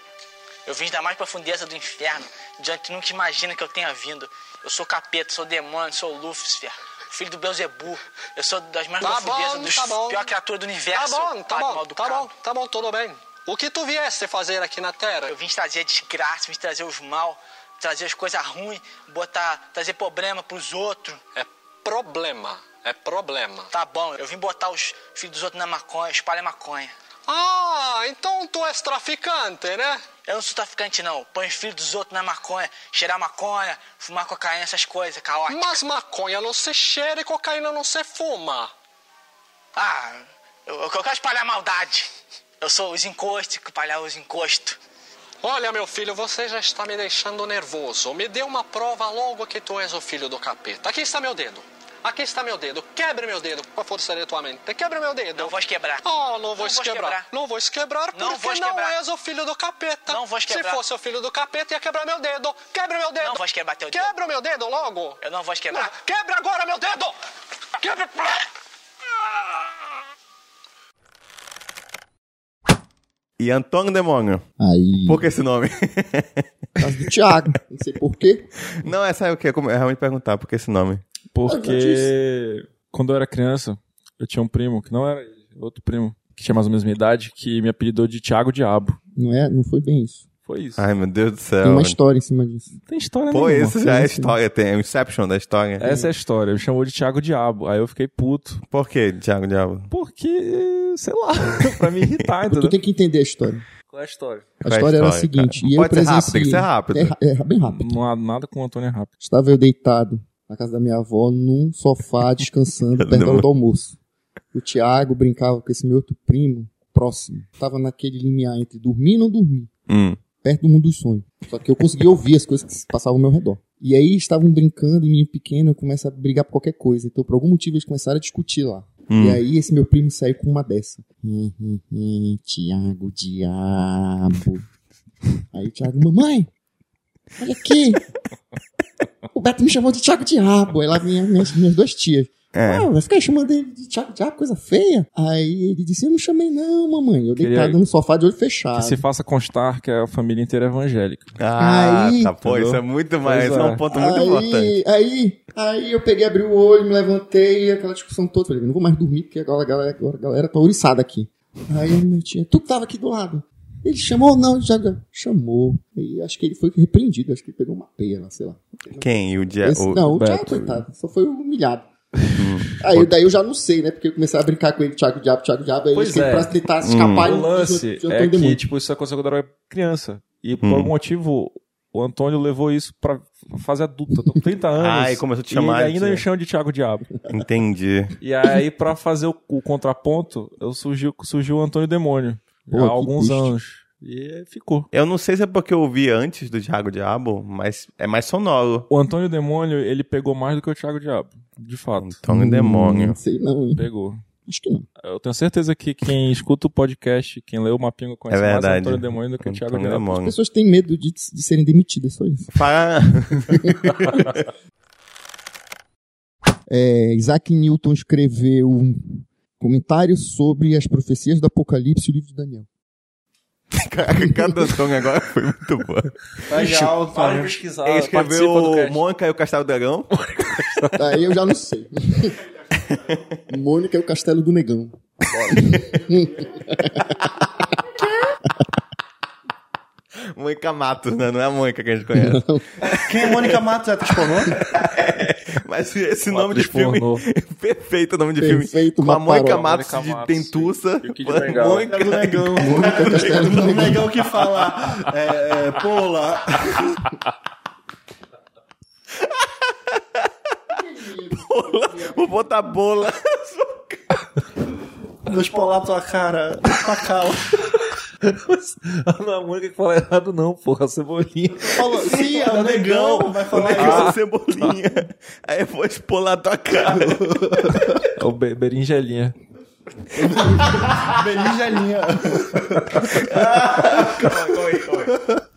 Speaker 9: Eu vim da mais profundeza do inferno, de onde tu nunca imagina que eu tenha vindo. Eu sou capeta, sou demônio, sou Lúcifer, filho do Beuzebu. Eu sou das mais
Speaker 8: Tá
Speaker 9: profundezas
Speaker 8: bom,
Speaker 9: dos
Speaker 8: tá bom.
Speaker 9: pior criatura do
Speaker 8: Tá
Speaker 9: universo.
Speaker 8: bom, tá
Speaker 9: animal
Speaker 8: bom,
Speaker 9: do
Speaker 8: tá
Speaker 9: caralho.
Speaker 8: bom, tá bom, tudo bem. O que tu viesse fazer aqui na Terra?
Speaker 9: Eu vim trazer a desgraça, vim trazer os mal, trazer as coisas ruins, botar, trazer problema pros outros.
Speaker 8: É problema, é problema.
Speaker 9: Tá bom, eu vim botar os filhos dos outros na maconha, espalha maconha.
Speaker 8: Ah, então tu és traficante, né?
Speaker 9: Eu não sou traficante, não. Põe os filhos dos outros na maconha, cheirar maconha, fumar cocaína, essas coisas, caótico.
Speaker 8: Mas maconha não se cheira e cocaína não se fuma.
Speaker 9: Ah, eu, eu quero espalhar maldade. Eu sou os encostos, que espalhar os encostos.
Speaker 8: Olha, meu filho, você já está me deixando nervoso. Me dê uma prova logo que tu és o filho do capeta. Aqui está meu dedo. Aqui está meu dedo. Quebre meu dedo com a força de tua mente. Quebre meu dedo.
Speaker 9: Não vou quebrar.
Speaker 8: Oh, não vou
Speaker 9: vou
Speaker 8: quebrar.
Speaker 9: quebrar.
Speaker 8: Não vou quebrar porque
Speaker 9: Não
Speaker 8: não,
Speaker 9: vou quebrar.
Speaker 8: és o filho do capeta.
Speaker 9: Não vou quebrar.
Speaker 8: Se fosse o filho do capeta, ia quebrar meu dedo. Quebra meu dedo.
Speaker 9: Não vou quebrar teu dedo.
Speaker 8: Quebra meu dedo logo.
Speaker 9: Eu não vou
Speaker 8: Ah,
Speaker 9: quebrar.
Speaker 8: Quebra agora meu dedo. Quebra.
Speaker 1: E Antônio Demônio.
Speaker 4: Aí.
Speaker 1: Por que esse nome?
Speaker 4: Por causa do Thiago. Não sei por quê.
Speaker 1: Não, é sabe o que? É como- é realmente perguntar por que esse nome.
Speaker 4: Eu
Speaker 3: Porque quando eu era criança, eu tinha um primo, que não era ele, outro primo, que tinha mais ou menos minha idade, que me apelidou de Thiago Diabo.
Speaker 4: Não, é, não foi bem isso.
Speaker 3: Foi isso.
Speaker 4: Ah.
Speaker 1: Ai, meu Deus do
Speaker 4: Tem
Speaker 1: céu.
Speaker 4: uma história em cima disso.
Speaker 3: Não tem história
Speaker 1: Pô,
Speaker 3: nenhuma.
Speaker 1: isso já é história. Tem é o Inception da história.
Speaker 3: Essa é a história. Me chamou de Thiago Diabo. Aí eu fiquei puto.
Speaker 1: Por que, Thiago Diabo?
Speaker 3: Porque, sei lá, pra me irritar,
Speaker 4: Tu
Speaker 3: entendeu?
Speaker 4: tem que entender a história.
Speaker 3: Qual é a história?
Speaker 4: A
Speaker 1: Qual é a
Speaker 4: história era a
Speaker 1: história,
Speaker 4: seguinte.
Speaker 1: cara?
Speaker 4: E eu
Speaker 1: Pode ser rápido, tem que ser
Speaker 4: presenciei-
Speaker 1: rápido.
Speaker 4: É, ra- é bem rápido.
Speaker 3: Não há nada com o Antônio é rápido.
Speaker 4: Estava eu deitado na casa da minha avó, num sofá, descansando, perto da hora do almoço. O Thiago brincava com esse meu outro primo, próximo. Tava naquele limiar entre dormir e não dormir,
Speaker 1: Hum.
Speaker 4: perto do mundo dos sonhos. Só que eu conseguia ouvir as coisas que se passavam ao meu redor. E aí estavam brincando, e menino pequeno começa a brigar por qualquer coisa. Então, por algum motivo, eles começaram a discutir lá.
Speaker 1: Hum.
Speaker 4: E aí esse meu primo saiu com uma dessa. Hum, hum, hum, Tiago, diabo. Aí o Tiago, mamãe, olha aqui. O Beto me chamou de Tiago Diabo. Aí lá vinha minhas, minhas duas tias.
Speaker 1: É.
Speaker 4: Ah, vai ficar chamando ele de Tiago Diabo, coisa feia. Aí ele disse, eu não chamei não, mamãe. Eu
Speaker 3: Queria-
Speaker 4: deitado no sofá de olho
Speaker 3: Que
Speaker 4: fechado.
Speaker 3: se faça constar que a família inteira é evangélica.
Speaker 1: Ah,
Speaker 4: Aí,
Speaker 1: tá. Pô, isso é muito mais.
Speaker 3: Pois
Speaker 1: Isso é um
Speaker 3: é.
Speaker 5: Tá
Speaker 1: ponto muito
Speaker 4: aí,
Speaker 1: importante.
Speaker 4: Aí, aí eu peguei, abri o olho, me levantei, aquela discussão toda. Falei, não vou mais dormir, porque agora a galera, agora a galera tá ouriçada aqui. Aí meu tio, tu que tava aqui do lado. Ele chamou ou não? Já já chamou. E acho que ele foi repreendido, acho que ele pegou uma peia lá, sei lá.
Speaker 1: Quem? O
Speaker 5: É,
Speaker 1: Diabo?
Speaker 4: Esse- não, o
Speaker 3: Beto.
Speaker 4: Thiago, coitado, só foi humilhado. Aí daí eu já não sei, né? Porque eu comecei a brincar com ele, Thiago Diabo, Thiago Diabo, aí
Speaker 3: Pois
Speaker 4: ele
Speaker 3: é.
Speaker 4: pra tentar escapar
Speaker 3: o
Speaker 4: ele
Speaker 3: lance
Speaker 4: já- já tô
Speaker 3: é
Speaker 4: indo
Speaker 3: que,
Speaker 4: muito.
Speaker 3: tipo, isso aconteceu quando eu era criança. E por
Speaker 1: Hum.
Speaker 3: algum motivo, o Antônio levou isso pra fase adulta. Eu tô com 30 anos.
Speaker 1: Ai, Ah, começou a te
Speaker 3: e
Speaker 1: chamar é.
Speaker 3: ele ainda
Speaker 1: de-
Speaker 3: me chama de Thiago Diabo.
Speaker 1: Entendi.
Speaker 3: E aí, pra fazer o, o contraponto, eu surgiu, surgiu o Antônio Demônio.
Speaker 4: Pô,
Speaker 3: há
Speaker 4: que
Speaker 3: alguns
Speaker 4: custo.
Speaker 3: anos. E ficou.
Speaker 1: Eu não sei se é porque eu ouvi antes do Thiago Diabo, mas é mais sonoro.
Speaker 3: O Antônio Demônio, ele pegou mais do que o Thiago Diabo. De fato.
Speaker 5: é
Speaker 1: Então,
Speaker 4: Hum.
Speaker 1: um demônio.
Speaker 4: Não sei não, hein?
Speaker 3: Pegou.
Speaker 4: Acho que não.
Speaker 3: Eu tenho certeza que quem escuta o podcast, quem lê o Mapingo, conhece
Speaker 1: É
Speaker 3: mais o
Speaker 1: verdade.
Speaker 3: Antônio Demônio do que o Thiago
Speaker 1: Antônio
Speaker 3: Diabo. é
Speaker 4: As
Speaker 1: Demônio.
Speaker 4: pessoas têm medo de, de serem demitidas, só isso.
Speaker 1: Fala-
Speaker 4: É, Isaac Newton escreveu um comentário sobre as profecias do Apocalipse e o livro de Daniel.
Speaker 1: Caraca, cada som agora foi muito bom.
Speaker 2: Legal,
Speaker 3: Para de
Speaker 2: tá.
Speaker 3: pesquisar.
Speaker 1: Ele
Speaker 3: Ah, participa do
Speaker 1: escreveu
Speaker 3: cast.
Speaker 1: Mônica e o Castelo Dragão.
Speaker 4: Aí eu já não sei. Mônica é o castelo do negão.
Speaker 5: Mônica Matos, né? Não é a Mônica que a gente conhece.
Speaker 2: Quem é Mônica Matos? É atriz pornô?
Speaker 5: Mas esse
Speaker 3: Uma
Speaker 5: nome de
Speaker 3: atriz
Speaker 5: filme.
Speaker 3: pornô.
Speaker 5: Perfeito o nome de filme.
Speaker 4: Perfeito,
Speaker 5: Com a
Speaker 4: uma
Speaker 5: Mônica
Speaker 4: paródia.
Speaker 5: Matos
Speaker 3: Mônica
Speaker 5: de
Speaker 3: Matos,
Speaker 5: Tentuça.
Speaker 3: e o Kid Bengala.
Speaker 5: Mônica
Speaker 2: do Negão.
Speaker 4: Mônica Castelo
Speaker 2: Do
Speaker 4: Branco.
Speaker 2: Negão que fala. É, é, Pola.
Speaker 5: Vou botar bola.
Speaker 2: Vou espolar tua cara. Tá Tua cala.
Speaker 3: Não é a Mônica que fala errado, não, porra. A cebolinha.
Speaker 2: Fala, sim, é o Negão. Vai
Speaker 5: O
Speaker 2: falar
Speaker 1: Ah.
Speaker 5: negão cebolinha. Aí eu vou espolar tua cara.
Speaker 3: É o be berinjelinha.
Speaker 2: isso. Berinjelinha.
Speaker 5: Calma, calma aí, calma aí.